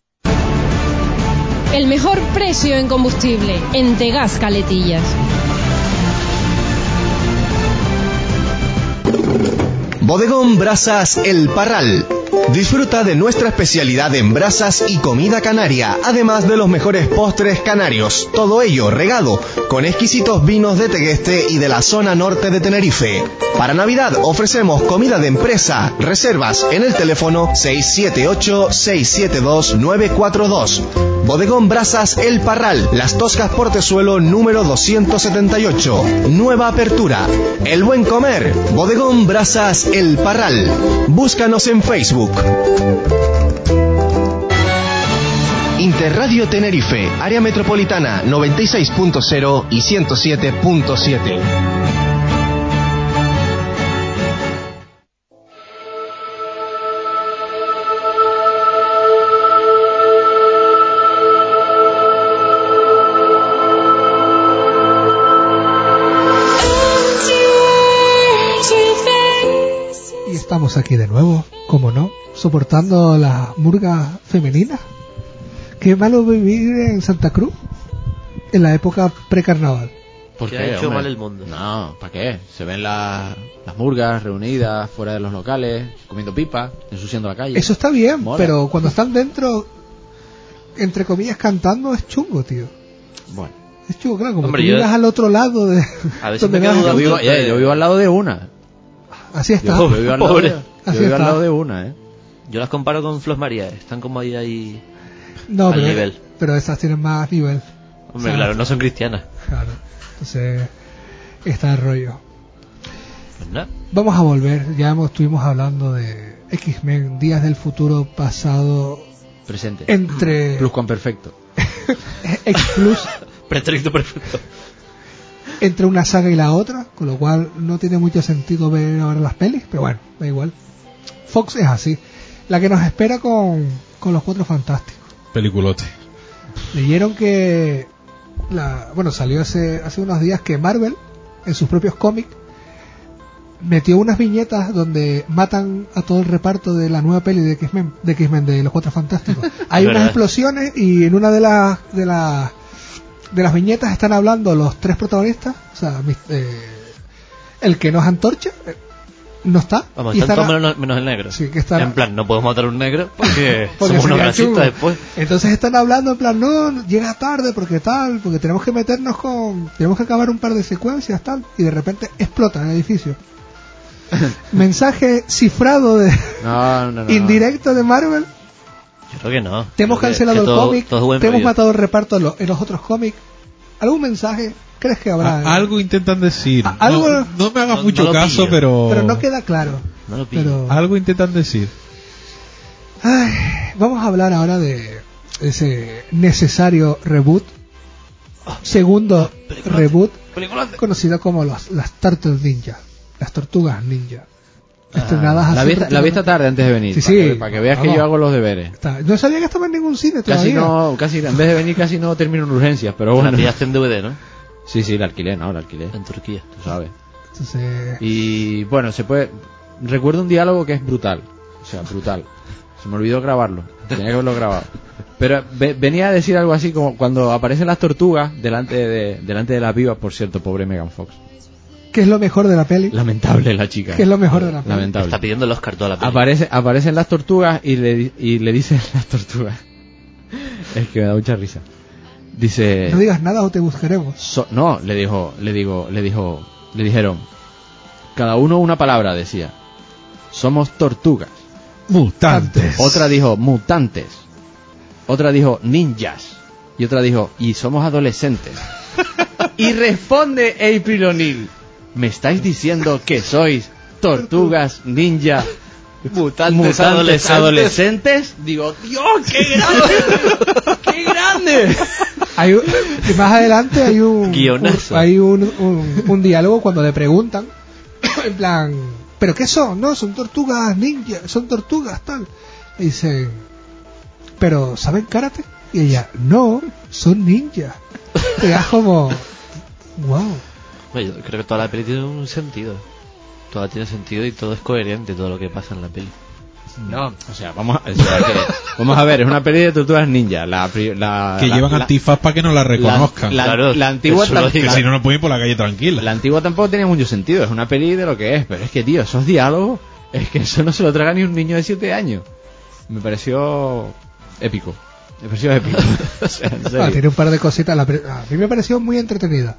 El mejor precio en combustible en Tegas Caletillas. Bodegón Brasas El Parral. Disfruta de nuestra especialidad en brasas y comida canaria, además de los mejores postres canarios. Todo ello regado con exquisitos vinos de Tegueste y de la zona norte de Tenerife. Para Navidad ofrecemos comida de empresa. Reservas en el teléfono 678-672-942. Bodegón Brasas El Parral, Las Toscas Portezuelo número 278. Nueva apertura. El Buen Comer. Bodegón Brasas El Parral. Búscanos en Facebook. Interradio Tenerife, área metropolitana 96.0 y 107.7. Y estamos aquí de nuevo, como no, soportando las murgas femeninas. Qué malo vivir en Santa Cruz en la época precarnaval. ¿Por Que qué, ha hecho hombre? mal el mundo. No, ¿para qué? Se ven las- las murgas reunidas fuera de los locales, comiendo pipa, ensuciando la calle. Eso está bien, Mola. pero cuando están dentro, entre comillas, cantando, es chungo, tío. Bueno. Es chungo, claro, como Hombre, tú yo- llegas al otro lado de... A veces donde me vas quedo a- Yo dudando. vivo, eh, yo vivo al lado de una. Así está. Yo, yo vivo al lado Pobre. de, yo Así vivo al está. lado de una, ¿eh? Yo las comparo con Flos María, están como ahí ahí. No, al pero, nivel. pero esas tienen más nivel. Hombre, Sí. claro, no son cristianas. Claro. Entonces, está el rollo. Pues nada. Vamos a volver, ya hemos, estuvimos hablando de X-Men, días del futuro pasado, Presente. entre Plus con perfecto. X Plus, Pretérito perfecto. entre una saga y la otra, con lo cual no tiene mucho sentido ver ahora las pelis, pero bueno, da igual. Fox es así. La que nos espera con, con los cuatro fantásticos. Peliculote. Leyeron que la, bueno, salió hace, hace unos días que Marvel, en sus propios cómics, metió unas viñetas donde matan a todo el reparto de la nueva peli de X-Men, de X-Men de los Cuatro Fantásticos. Hay unas verdad. explosiones y en una de las de las de las viñetas están hablando los tres protagonistas, o sea, mis- eh, el que no es Antorcha eh, no está. Vamos, y están están todos a- menos, menos el negro. Sí, que están- En plan, no podemos matar a un negro porque, Porque somos unos sería chungo. racistas después. Entonces están hablando en plan, no, llega tarde porque tal, porque tenemos que meternos con, tenemos que acabar un par de secuencias tal, y de repente explota el edificio. Mensaje cifrado de No, no, no. indirecto de Marvel. Yo creo que no. Te hemos Creo que- cancelado que todo- el todo es cómic, buen te hemos rollo. matado el reparto en los, en los otros cómics. ¿Algún mensaje crees que habrá? A- Ah, algo intentan decir. Ah, algo- No, no me hagas No- mucho no lo caso, pillo. pero. Pero no queda claro. No lo Pero- Algo intentan decir. Ay, vamos a hablar ahora de ese necesario reboot. Segundo reboot, conocido como los, las Turtles Ninja, las Tortugas Ninja. Estrenadas hace Ah, La vi, esta- la vi esta prácticamente- tarde antes de venir. Sí, Para que, sí. para que veas que Vamos. yo hago los deberes. Está- No sabía que estaba en ningún cine Casi todavía. no, casi en vez de venir casi no termino en urgencias, pero bueno. La pillaste en DVD, ¿no? Sí, sí, la alquilé, no, la alquilé. En Turquía. Tú sabes. Entonces, Y bueno, se puede. Recuerdo un diálogo que es brutal. O sea, brutal. Se me olvidó grabarlo. Tenía que haberlo grabado. Pero ve- venía a decir algo así como cuando aparecen las tortugas delante de, delante de las vivas, por cierto, pobre Megan Fox. ¿qué es lo mejor de la peli? Lamentable la chica. ¿Qué es lo mejor de la peli? Lamentable. Está pidiendo el Oscar Ah, toda la peli. Aparece, aparecen las tortugas y le, y le dicen las tortugas. Es que me da mucha risa. Dice. No digas nada o te buscaremos. So- no, le dijo, le digo, le dijo, le dijeron. Cada uno una palabra decía. Somos tortugas. Mutantes. Otra dijo mutantes. Otra dijo ninjas. Y otra dijo y somos adolescentes. y responde April O'Neil. Me estáis diciendo que sois tortugas ninja. Mutantes, adolescentes. adolescentes. Digo, Dios, qué grande. qué grande. Hay un- y más adelante hay un, Guionazo. un- hay un, un- un diálogo cuando le preguntan en plan pero qué son no son tortugas ninja son tortugas tal y dice pero saben karate y ella no son ninjas te das como wow Bueno, yo creo que toda la peli tiene un sentido. Toda tiene sentido y todo es coherente, todo lo que pasa en la peli. No, o sea, vamos a, o sea, que- vamos a ver, es una peli de tortugas ninja. La, pri- la- Que la- llevan la- antifaz para que no la reconozcan. La, la- la antigua Eso lo tam- digo. la- Que si no, no pueden ir por la calle tranquila. la antigua tampoco tenía mucho sentido, es una peli de lo que es, pero es que, tío, esos diálogos, es que eso no se lo traga ni un niño de 7 años. Me pareció épico. Me pareció épico. O sea, en serio. Ah, tiene un par de cositas la pre- a mí me pareció muy entretenida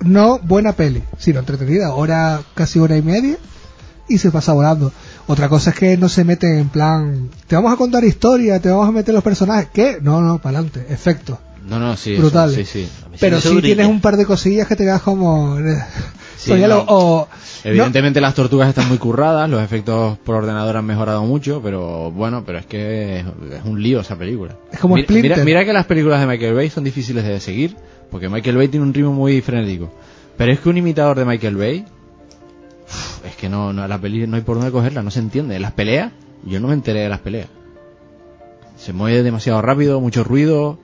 no buena peli sino entretenida hora casi hora y media y se pasa volando otra cosa es que no se mete en plan te vamos a contar historia te vamos a meter los personajes ¿qué? no no para adelante efecto No, no, sí. eso, brutal sí, sí. pero sí si tienes un par de cosillas que te quedas como Sí, Oye, no. lo- o Evidentemente las tortugas están muy curradas, los efectos por ordenador han mejorado mucho, pero bueno, pero es que es, es un lío esa película. Es como mira, Splinter. mira- mira que las películas de Michael Bay son difíciles de seguir, porque Michael Bay tiene un ritmo muy frenético. Pero es que un imitador de Michael Bay, uf, es que no, no la peli no hay por dónde cogerla, no se entiende. Las peleas, yo no me enteré de las peleas. Se mueve demasiado rápido, mucho ruido.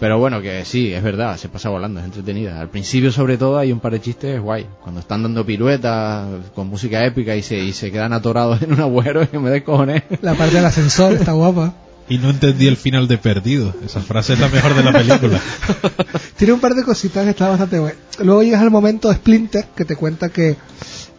Pero bueno, que sí, es verdad, se pasa volando, es entretenida. Al principio, sobre todo, hay un par de chistes guay. Cuando están dando piruetas con música épica y se, y se quedan atorados en un agüero, y me descojoné. la parte del ascensor está guapa Y no entendí el final de Perdido. Esa frase es la mejor de la película. Tiene un par de cositas que está bastante bueno. Luego llegas al momento de Splinter, que te cuenta que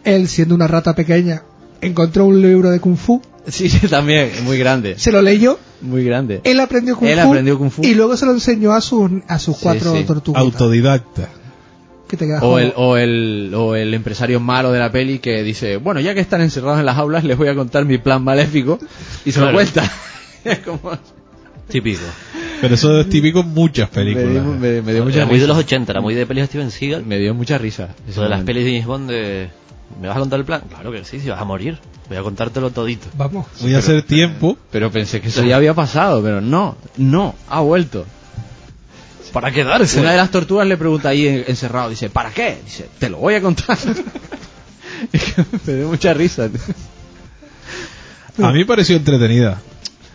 él, siendo una rata pequeña, encontró un libro de Kung Fu, Sí, sí, también, muy grande. se lo leyó, Muy grande. él aprendió Kung, Él Fu, aprendió Kung Fu. y luego se lo enseñó a sus, a sus cuatro sí. tortugas. Autodidacta. Que te quedas O como- el, o, el, o el empresario malo de la peli que dice, bueno, ya que están encerrados en las aulas, les voy a contar mi plan maléfico. Y se lo Claro. cuenta. Es como... Típico. Pero eso es típico en muchas Me dio, películas. me- me dio mucha Era muy de los risa. 80, era muy de pelis de Steven Seagal. Me dio mucha risa. ese Eso de las momento. pelis de James Bond de... ¿Me vas a contar el plan? Claro que sí, si vas a morir. Voy a contártelo todito. Vamos. Voy a hacer tiempo. Pero pensé que eso ya había pasado, pero no, no, ha vuelto. Para quedarse. Una de las tortugas le pregunta ahí en- encerrado, dice, ¿para qué? Dice, te lo voy a contar. Es que me dio mucha risa. tío. A mí me pareció entretenida.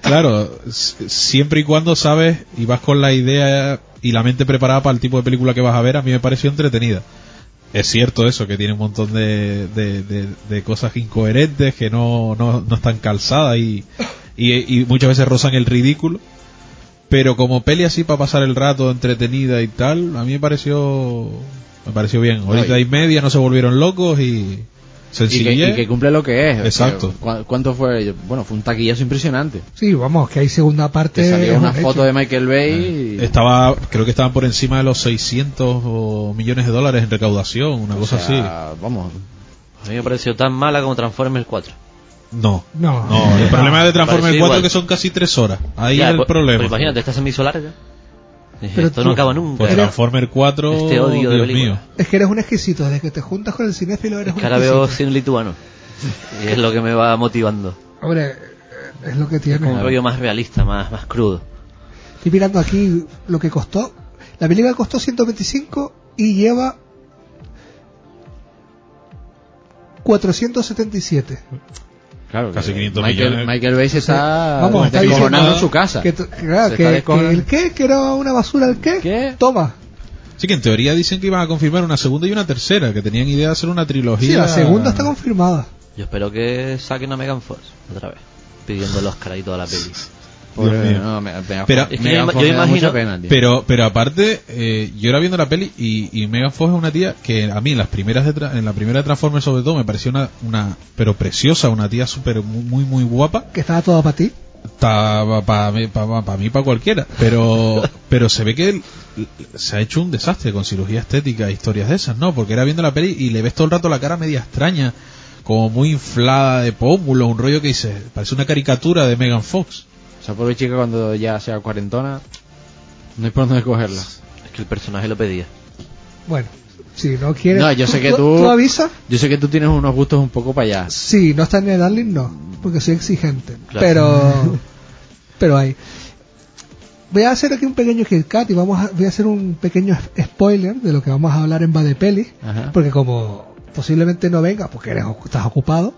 Claro, s- siempre y cuando sabes y vas con la idea y la mente preparada para el tipo de película que vas a ver, a mí me pareció entretenida. Es cierto eso, que tiene un montón de, de- de- de cosas incoherentes, que no, no, no están calzadas y, y- y muchas veces rozan el ridículo. Pero como peli así para pasar el rato, entretenida y tal, a mí me pareció, me pareció bien. Ahorita y media no se volvieron locos y Y que, sencillez. y que cumple lo que es. Exacto. ¿Cu- ¿Cuánto fue? Bueno, fue un taquillazo impresionante. Sí, vamos, que hay segunda parte. Te salió es una un foto Eh, hecho. Eh, de Michael Bay. y- Estaba, creo que estaban por encima de los 600 o millones de dólares en recaudación, una o cosa así. sea, Vamos. A mí me pareció tan mala como Transformers 4. No. No. No, el problema de Transformers Pareció 4 igual. que son casi 3 horas. Ahí Ya, es el pues- problema. pues imagínate, esta se me hizo larga. Pero esto no acaba nunca. Pues Transformer 4, Este odio de Dios película. mío. Es que eres un exquisito, desde que te juntas con el cinéfilo eres Es un que ahora exquisito. veo cine lituano. Y es lo que me va motivando. Hombre, eh, es lo que tiene. Un rollo más realista, más, más crudo. Estoy mirando aquí lo que costó. La película costó 125 y lleva 477. Claro, Casi que 500 Michael, millones. Michael Bay se está Vamos, está descojonando diciendo en su casa. Que, t- que claro, Se que- está que descojonando. el qué, que era una basura el qué, toma. Sí, que en teoría dicen que iban a confirmar una segunda y una tercera, que tenían idea de hacer una trilogía. Sí, la segunda está confirmada. Yo espero que saquen a Megan Fox otra vez, pidiendo el Oscar y toda la peli. Pobre- mío. no, me- me- Pero, Es que me- yo me da imagino- mucha pena, tío. pero, pero aparte, eh, yo era viendo la peli y, y Megan Fox es una tía que a mí en las primeras de tra- en la primera de Transformers sobre todo me pareció una, una pero preciosa, una tía súper muy, muy muy guapa. Que estaba toda para ti. Para pa, mí, para mí, para cualquiera. Pero, pero se ve que él- se ha hecho un desastre con cirugía estética, historias de esas, ¿no? Porque era viendo la peli y le ves todo el rato la cara media extraña, como muy inflada de pómulos, un rollo que dice, parece una caricatura de Megan Fox. O sea, pobre chica cuando ya sea cuarentona, no hay por dónde cogerla. Es que el personaje lo pedía. Bueno, si no quieres. No, yo sé que tú... ¿Tú avisas? Yo sé que tú tienes unos gustos un poco para allá. Sí, no está en el Darling, no, porque soy exigente. Claro. Pero. Pero hay. Voy a hacer aquí un pequeño KitKat y vamos a, voy a hacer un pequeño spoiler de lo que vamos a hablar en Badepeli. Ajá. Porque como posiblemente no venga, porque eres, estás ocupado.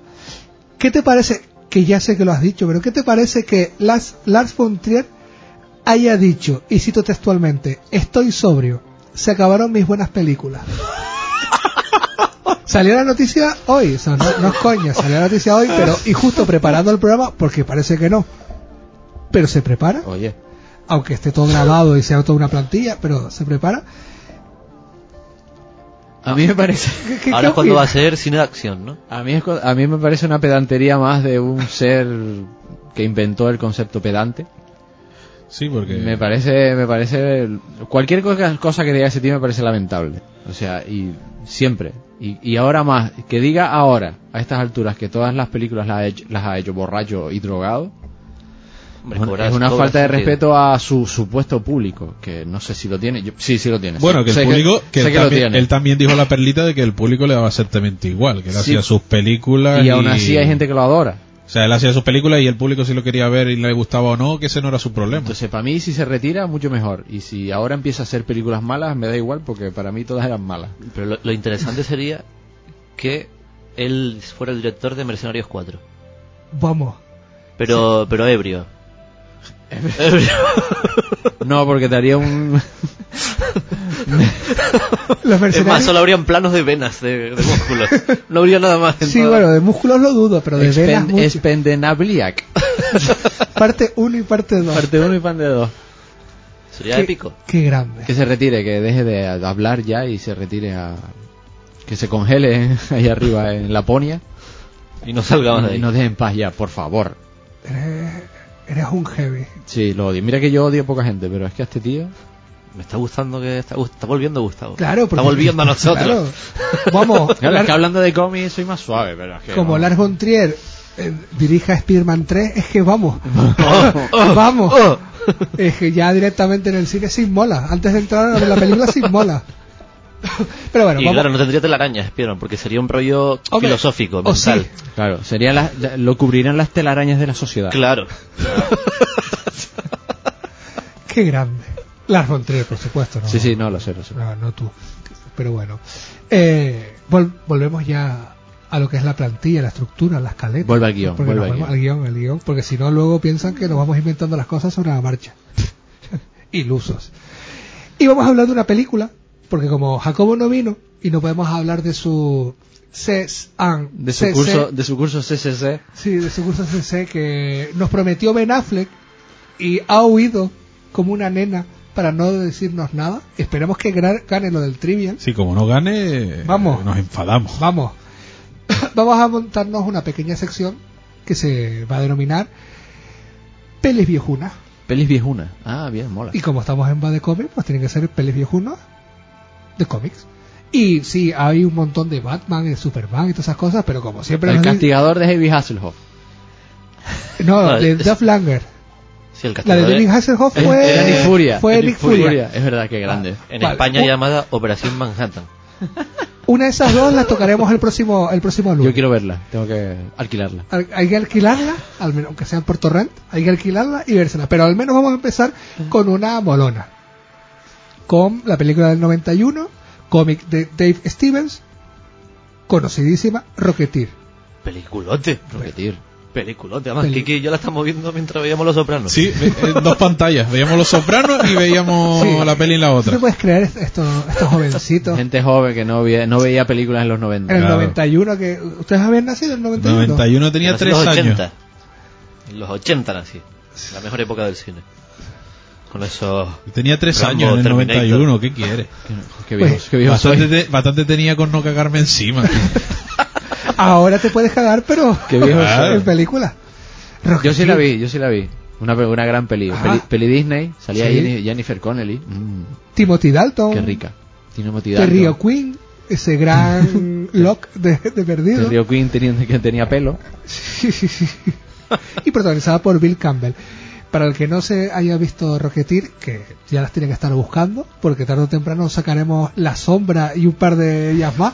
¿Qué te parece? Que ya sé que lo has dicho, pero ¿qué te parece que Lars, Lars von Trier haya dicho, y cito textualmente, estoy sobrio, se acabaron mis buenas películas? Salió la noticia hoy, o sea, no, no es coña, salió la noticia hoy, pero y justo preparando el programa, porque parece que no. Pero se prepara. Oye. Aunque esté todo grabado y sea toda una plantilla, pero se prepara. A mí me parece... ¿Qué- Ahora es cuando va a vas ser cine de acción, ¿no? A mí, es cu- a mí me parece una pedantería más de un ser que inventó el concepto pedante. Sí, porque... Me parece, me parece, cualquier cosa, cosa que diga ese tío me parece lamentable. O sea, y siempre. Y, y ahora más, que diga ahora, a estas alturas, que todas las películas las ha hecho, las ha hecho borracho y drogado, Hombre, es una- cobra- es una cobra falta de sentido. respeto a su supuesto público, que no sé si lo tiene. Yo- sí, sí lo tiene. Bueno, Sé- que el sé público, que, sé él, que lo también, tiene. él también dijo la perlita de que el público le daba exactamente igual, que él Sí. hacía sus películas. y aún así hay gente que lo adora. O sea, él hacía sus películas y el público si lo quería ver y le gustaba o no, que ese no era su problema. Entonces, para mí, si se retira, mucho mejor. Y si ahora empieza a hacer películas malas, me da igual, porque para mí todas eran malas. Pero lo, lo interesante sería que él fuera el director de Mercenarios 4. Vamos. Pero, pero ebrio. No, porque te haría un. Los Es mercenarios. más, solo habrían planos de venas, de, de músculos. No habría nada más. en Sí, toda- bueno, de músculos lo dudo, pero de venas Expend- mucho. Expendenabliac. Parte 1 y parte 2. Parte 1 y parte 2. Sería Qué- épico. Qué grande. Que se retire, que deje de hablar ya y se retire a. Que se congele ahí arriba en Laponia. Y no salgamos de ahí. Y nos dejen en paz ya, por favor. Eres, eres un heavy. Sí, lo odio. Mira que yo odio a poca gente, pero es que a este tío. Me está gustando que está, está volviendo Gustavo. Claro, está porque- volviendo a nosotros. Claro. Vamos, Claro, es que hablando de cómics soy más suave, pero es que. como no. Lars von Trier eh, dirija Spider-Man 3, es que vamos. vamos. Es que ya directamente en el cine se inmola. Antes de entrar a ver la película se inmola. Pero bueno, y vamos. claro, no tendría telarañas, espieron, porque sería un rollo Hombre, filosófico, o sí. mental. Claro, sería la- la- lo cubrirían las telarañas de la sociedad. Claro. Qué grande. Lars von Trier, por supuesto. ¿no? Sí, sí, no, lo sé, lo sé. No, no tú. Pero bueno. Eh, vol- volvemos ya a lo que es la plantilla, la estructura, las caletas. Vuelve al guión, Porque vuelve nos al volvemos al guión, al guión, Porque si no, luego piensan que nos vamos inventando las cosas sobre la marcha. Ilusos. Y vamos a hablar de una película, porque como Jacobo no vino y no podemos hablar de su CES and- De su CC, curso, de su curso CCC. Sí, de su curso CC que nos prometió Ben Affleck y ha huido como una nena para no decirnos nada. Esperemos que gra- gane lo del Trivial. Sí, como no gane, Vamos. eh, nos enfadamos. Vamos. Vamos a montarnos una pequeña sección que se va a denominar Pelis Viejunas. Pelis viejunas. Ah, bien, mola. Y como estamos en va de cómics, pues tienen que ser pelis viejunas de cómics. Y sí, hay un montón de Batman, de Superman y todas esas cosas, pero como siempre... el nos di- castigador de Heavy Hasselhoff. No, No, de es- Eh, Duff Langer. Sí, el La castigador de David es- Hasselhoff es- fue. era Nick Furia. Fue Era Nick Nick Furia. Furia. Es verdad que grande. En Vale. España llamada Operación Manhattan. Una de esas dos las tocaremos el próximo, el próximo lunes. Yo quiero verla, tengo que alquilarla. Al- Hay que alquilarla, al menos, aunque sea por torrent, hay que alquilarla y vérsela. Pero al menos vamos a empezar con una molona. Con la película del 91, cómic de Dave Stevens, conocidísima, Rocketeer. Peliculote. Repetir. Peliculote. Además, Kiki y yo la estamos viendo mientras veíamos Los Sopranos. Sí, ve- en dos pantallas. Veíamos Los Sopranos y veíamos Sí. pues, la peli en la ¿Tú te otra. puedes creer est- estos, estos jovencitos? Gente joven que no veía, no veía películas en los 90. En el 91, que ustedes habían nacido en el 91. 91 tenía Nací tres en los años. 80. En los 80 nací. La mejor época del cine. Con esos... Tenía tres Rambo, años en el Terminator. 91, ¿qué quiere? pues, Qué viejos, qué viejos Bastante, soy. te- bastante tenía con no cagarme encima. Ahora te puedes cagar, pero Qué viejo soy. en película. Yo sí la vi, yo sí la vi. Una, pe- una gran peli. Ajá. peli. peli Disney, salía Sí. Oh. Jenny- Jennifer Connelly. Mm, Timothy Dalton. qué rica. Tiene motividad. Terry O'Quinn, ese gran lock de, de perdido. Terry O'Quinn teniendo- que tenía pelo. Sí, sí, sí. y protagonizada por Bill Campbell. Para el que no se haya visto Rocketeer, que ya las tiene que estar buscando, porque tarde o temprano sacaremos La Sombra y un par de días más,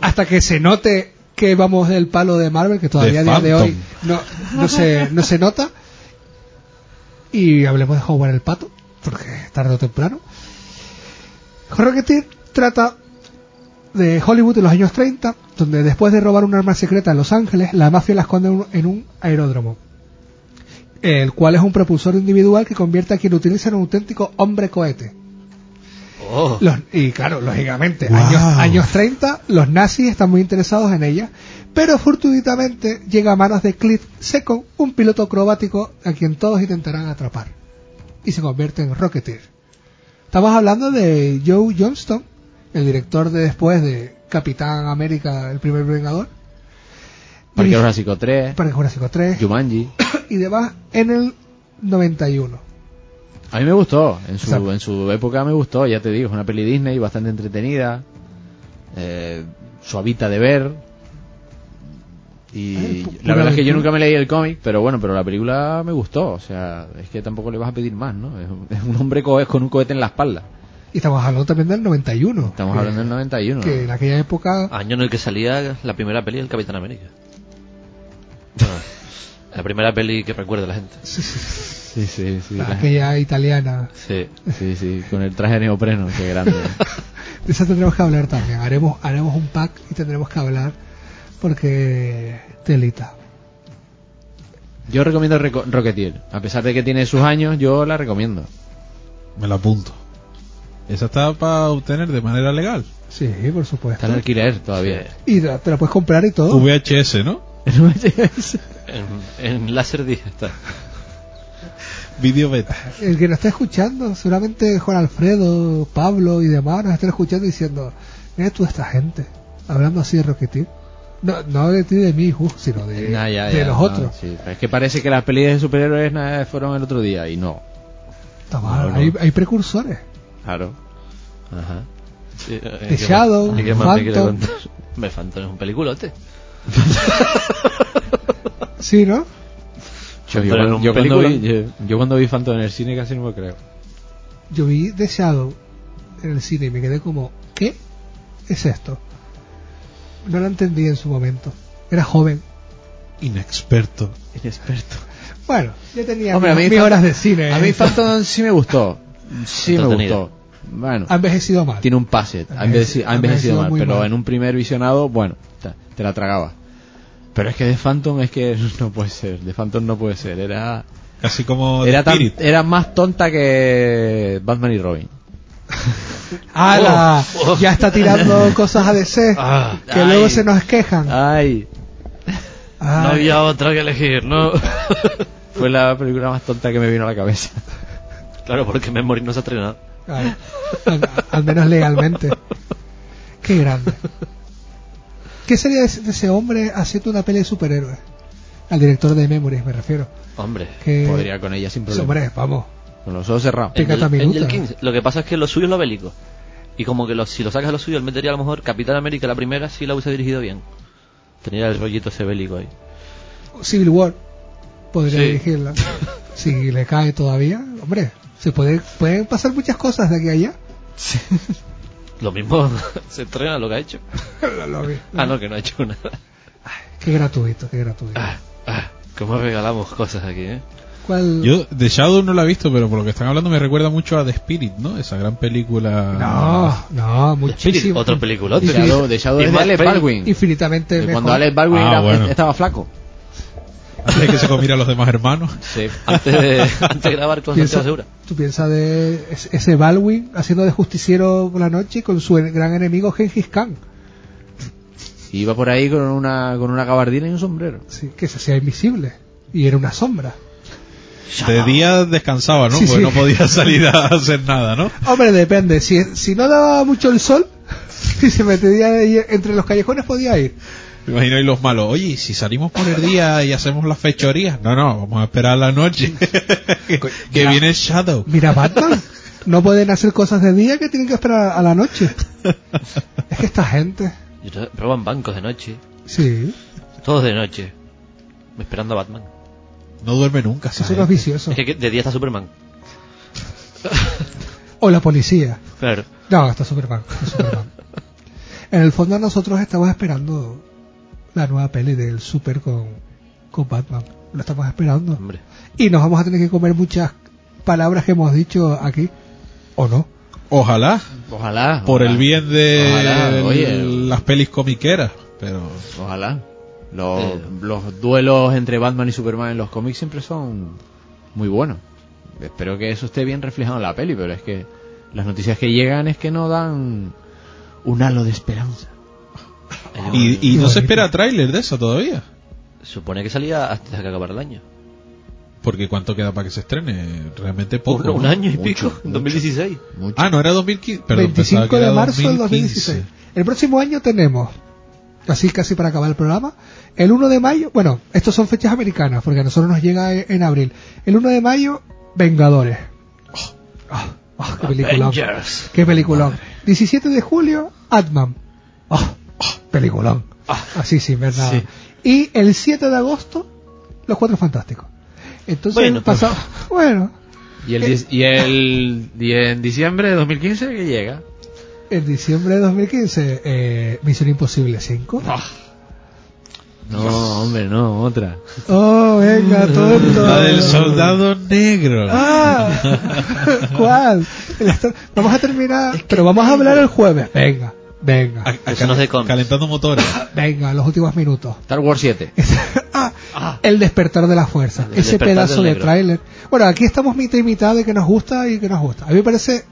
hasta que se note que vamos del palo de Marvel, que todavía a día de Phantom. hoy no, no, se, no se nota. Y hablemos de Howard el Pato, porque tarde o temprano. Rocketeer trata de Hollywood en los años 30, donde después de robar un arma secreta en Los Ángeles, la mafia la esconde en un- en un aeródromo, el cual es un propulsor individual que convierte a quien lo utiliza en un auténtico hombre cohete. Oh. Los- y claro, lógicamente, Wow. años, años 30, los nazis están muy interesados en ella, pero fortuitamente llega a manos de Cliff Second, un piloto acrobático a quien todos intentarán atrapar, y se convierte en Rocketeer. Estamos hablando de Joe Johnston, el director de después de Capitán América, el primer Vengador, Parque Dirige- Jurásico 3, Parque Jurásico 3 Jumanji. y demás en el 91. A mí me gustó, en su, Exacto. en su época me gustó, ya te digo, es una peli Disney bastante entretenida, eh, suavita de ver. Y Eh, pu- la pura verdad es que yo aventura. nunca me leí el cómic, pero bueno, pero la película me gustó, o sea, es que tampoco le vas a pedir más, ¿no? Es un, es un hombre co- con un cohete en la espalda. Y estamos hablando también del 91. Estamos que- hablando del 91. Que en aquella época. Año en el que salía la primera peli del Capitán América. Bueno, la primera peli que recuerda la gente. Ah. Sí, sí, sí. Aquella italiana. Sí. Sí, sí, con el traje neopreno, qué grande. De esa tendremos que hablar también. Haremos, haremos un pack y tendremos que hablar. Porque. Telita. Yo recomiendo Reco- Rocketeer, a pesar de que tiene sus años, yo la recomiendo. Me la apunto. Esa está para obtener de manera legal. Sí, por supuesto. Está en alquiler todavía. Y la- te la puedes comprar y todo. VHS, ¿no? En, en Láser dije está. Video beta. El que nos está escuchando, seguramente Juan Alfredo, Pablo y demás nos están escuchando diciendo: Mira tú esta gente. Hablando así de Rocketeer. No, no de ti, de mí, Gus, sino de, Nah, Ah, ya, de ya, los no, otros. sí. Es que parece que las pelis de superhéroes nah, fueron el otro día y no. Está mal, No, no. Hay, hay precursores. Claro. Ajá. Sí, eh, The ¿qué más- Shadow, qué más me quiere Phantom. contar? Me Phantom es un peliculote. Sí, ¿no? Yo, Pero en cuando, un yo cuando vi, película. yo- yo cuando vi Phantom en el cine casi no me creo. Yo vi The Shadow en el cine y me quedé como, ¿qué es esto? No lo entendí en su momento. Era joven. Inexperto. Inexperto. Bueno, yo tenía Hombre, a mis, mí mis Phantom- horas de cine. Eh, eh. A mí Phantom sí me gustó. Sí me Entretenida. gustó. Bueno, Ha envejecido mal. tiene un pase. Ha envejeci- ha envejecido, Ha envejecido mal, muy pero mal. en un primer visionado, bueno, te, te la tragaba. Pero es que de Phantom es que no puede ser. De Phantom no puede ser. Era Casi como The era, tan- Spirit. era más tonta que Batman y Robin. ¡Hala! Oh, Ya está tirando cosas a DC Ah, que luego ay. se nos quejan. Ay, Ay, No había otra que elegir, ¿no? fue la película más tonta que me vino a la cabeza. claro, porque Memory no se ha estrenado. ay. Al, al menos legalmente. Qué grande. ¿Qué sería de ese- de ese hombre haciendo una pelea de superhéroes? Al director de Memories me refiero. Hombre. Que Podría con ella sin problema. Hombre, vamos. Con los ojos cerrados. Eh. Picata Angel- minuta. Angel King, lo que pasa es que lo suyo es lo bélico. Y como que lo- si lo sacas a lo suyo, él metería a lo mejor Capitán América la primera si la hubiese dirigido bien. Tenía el rollito ese bélico ahí. Civil War podría Sí. dirigirla. si le cae todavía, hombre, se puede, pueden pasar muchas cosas de aquí a allá. Lo mismo se estrena lo que ha hecho. ah, no, que no ha hecho nada. Qué gratuito, qué gratuito. Ah. Como regalamos cosas aquí, ¿eh? ¿Cuál? Yo The Shadow no la he visto, pero por lo que están hablando me recuerda mucho a The Spirit, ¿no? Esa gran película. No, no, Spirit, muchísimo. otro peliculón. The Shadow- The Shadow es de más Alec pe- Baldwin. Infinitamente De mejor. cuando Alex Baldwin Ah, era- bueno. estaba flaco. Antes de que se comiera a los demás hermanos. Antes de, antes de grabar con Piensa- Santiago Segura. Tú piensas de es- ese Baldwin haciendo de justiciero por la noche con su en- gran enemigo Gengis Khan, Y iba por ahí con una, con una gabardina y un sombrero. sí, que se hacía invisible y era una sombra. De día descansaba, ¿no? Sí, Porque sí. no podía salir a hacer nada, ¿no? Hombre, depende. Si, si no daba mucho el sol y se metía ahí entre los callejones, podía ir. Me imagino ahí los malos. Oye, ¿y si salimos por el día y hacemos las fechorías. No, no, vamos a esperar la noche. que que viene Shadow. Mira, Batman. No pueden hacer cosas de día que tienen que esperar a la noche. Es que esta gente. Y ro- roban bancos de noche. Sí. Todos de noche. Esperando a Batman. No duerme nunca, Eso no es vicioso. Ah. Es que de día está Superman. O la policía. Claro. No, está Superman. está Superman. en el fondo nosotros estamos esperando la nueva peli del Super con, con Batman. Lo estamos esperando. Hombre. Y nos vamos a tener que comer muchas palabras que hemos dicho aquí. ¿O no? Ojalá, Ojalá. por ojalá. el bien de Ojalá, oye. las pelis comiqueras. Pero Ojalá. Los, los duelos entre Batman y Superman en los cómics siempre son muy buenos. Espero que eso esté bien reflejado en la peli, pero es que las noticias que llegan es que no dan un halo de esperanza. Y, y no se espera tráiler de eso todavía. Supone que salía antes de que acabara el año. Porque ¿cuánto queda para que se estrene? Realmente poco. un ¿no? año y Mucho, pico. mucho. 2016. Ah, no, era 2015. Perdón, pensaba 25 que de era marzo del 2016. El próximo año tenemos, así casi para acabar el programa, el 1 de mayo, bueno, estos son fechas americanas, porque a nosotros nos llega en, en abril. El 1 de mayo, Vengadores. Oh, oh, qué peliculón. Avengers. Qué peliculón. 17 de julio, Atman. Oh, oh, peliculón. Así sin ver nada. Sí. Y el 7 de agosto, Los Cuatro Fantásticos. Entonces, Bueno, pues. pasado, bueno, Y el, diez- y el y en diciembre de 2015 que llega. en diciembre de 2015, eh, Misión Imposible 5. No, hombre, no, otra. Oh, venga, tonto. La Ah. del soldado negro. Ah, ¿Cuál? El astro- Vamos a terminar, pero vamos a hablar el jueves. Venga, venga, Ah. Eso no es de cómics. Calentando motores. venga, los últimos minutos. Ah, Star Wars 7. El despertar de la fuerza. Ah. El Ese despertar pedazo del de negro. tráiler. Bueno, aquí estamos mitad y mitad de que nos gusta y que nos gusta. A mí me parece...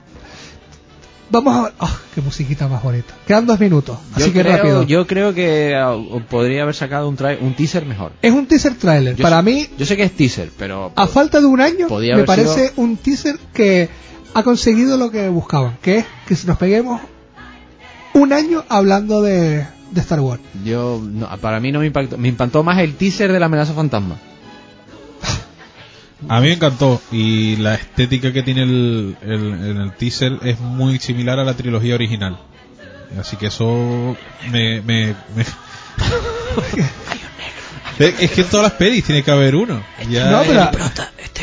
Vamos a... ah, ¡Qué musiquita más bonita! Quedan dos minutos, Yo así que creo- rápido. Yo creo que ah, podría haber sacado un, trai- un teaser mejor. Es un teaser trailer. Yo Para sé- mí, Yo sé que es teaser, pero. a falta de un año, Podía me haber parece sido- un teaser que ha conseguido lo que buscaban, que es que nos peguemos un año hablando de, de Star Wars. Yo, no, para mí no me impactó. Me impactó más el teaser de la amenaza fantasma. A mí me encantó. Y la estética que tiene el, el, en el teaser es muy similar a la trilogía original. Así que eso me... me, me- Es es que en todas las pelis tiene que haber uno. Ya No, pero-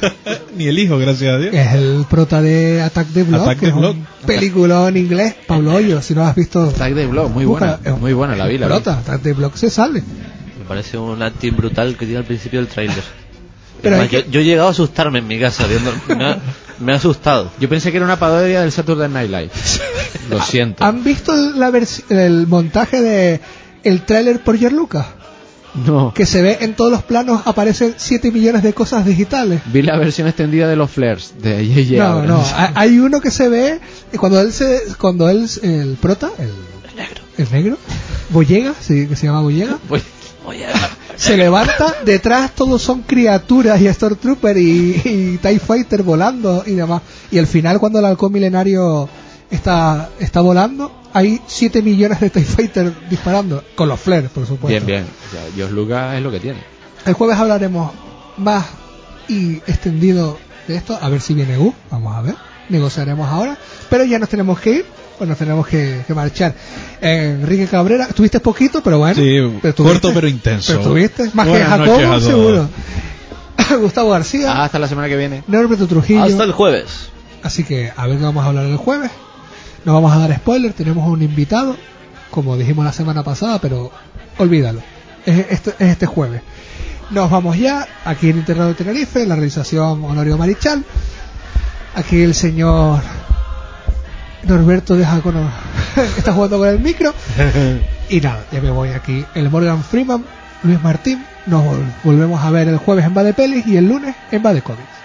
Ni el hijo, gracias a Dios. Es el prota de Attack the Block, Attack que the es un película en inglés, Pablo Hoyo, si no has visto. Attack the Block, muy Búscala, buena. Muy buena la vi, la vi. Prota, Attack the Block se sale. Me parece un acting brutal que tiene al principio del tráiler. Pero Es hay más, yo, yo he llegado a asustarme en mi casa viendo. Me ha, me ha asustado. Yo pensé que era una parodia del Saturday Night Live. Lo siento. ¿Han visto la vers- el montaje de el tráiler por George Lucas? ah, No. Que se ve en todos los planos, aparecen 7 millones de cosas digitales. Vi la versión extendida de los flares de J.J. No, Abrams. no, ha- hay uno que se ve y cuando él se cuando él el prota, el, negro, el negro, Bollega, sí, que se llama Bollega, Voy- se levanta, detrás todos son criaturas y Stormtrooper y, y TIE Fighter volando y demás. Y al final cuando el halcón milenario está está volando, hay 7 millones de TIE Fighter disparando con los flares, por supuesto. Bien, bien. O sea, Dios Lucas es lo que tiene. El jueves hablaremos más y extendido de esto. A ver si viene U. Vamos a ver. Negociaremos ahora. Pero ya nos tenemos que ir. pues nos tenemos que, que marchar. Eh, Enrique Cabrera, tuviste poquito, pero bueno. Sí, pero tuviste- corto pero intenso. Pero tuviste, más que Buenas Jacobo, noches a todos. Ah. seguro. Gustavo García, Hasta la semana que viene. Norberto Trujillo. Hasta el jueves. Así que a ver qué vamos a hablar el jueves. No vamos a dar spoiler, tenemos un invitado, como dijimos la semana pasada, pero olvídalo. Es este, es este jueves. Nos vamos ya, aquí en Internado de Tenerife, la realización Honorio Marichal. Aquí el señor Norberto deja con está jugando con el micro. Y nada, ya me voy aquí. El Morgan Freeman, Luis Martín, nos vol- volvemos a ver el jueves en Badepelis y el lunes en Badecomics.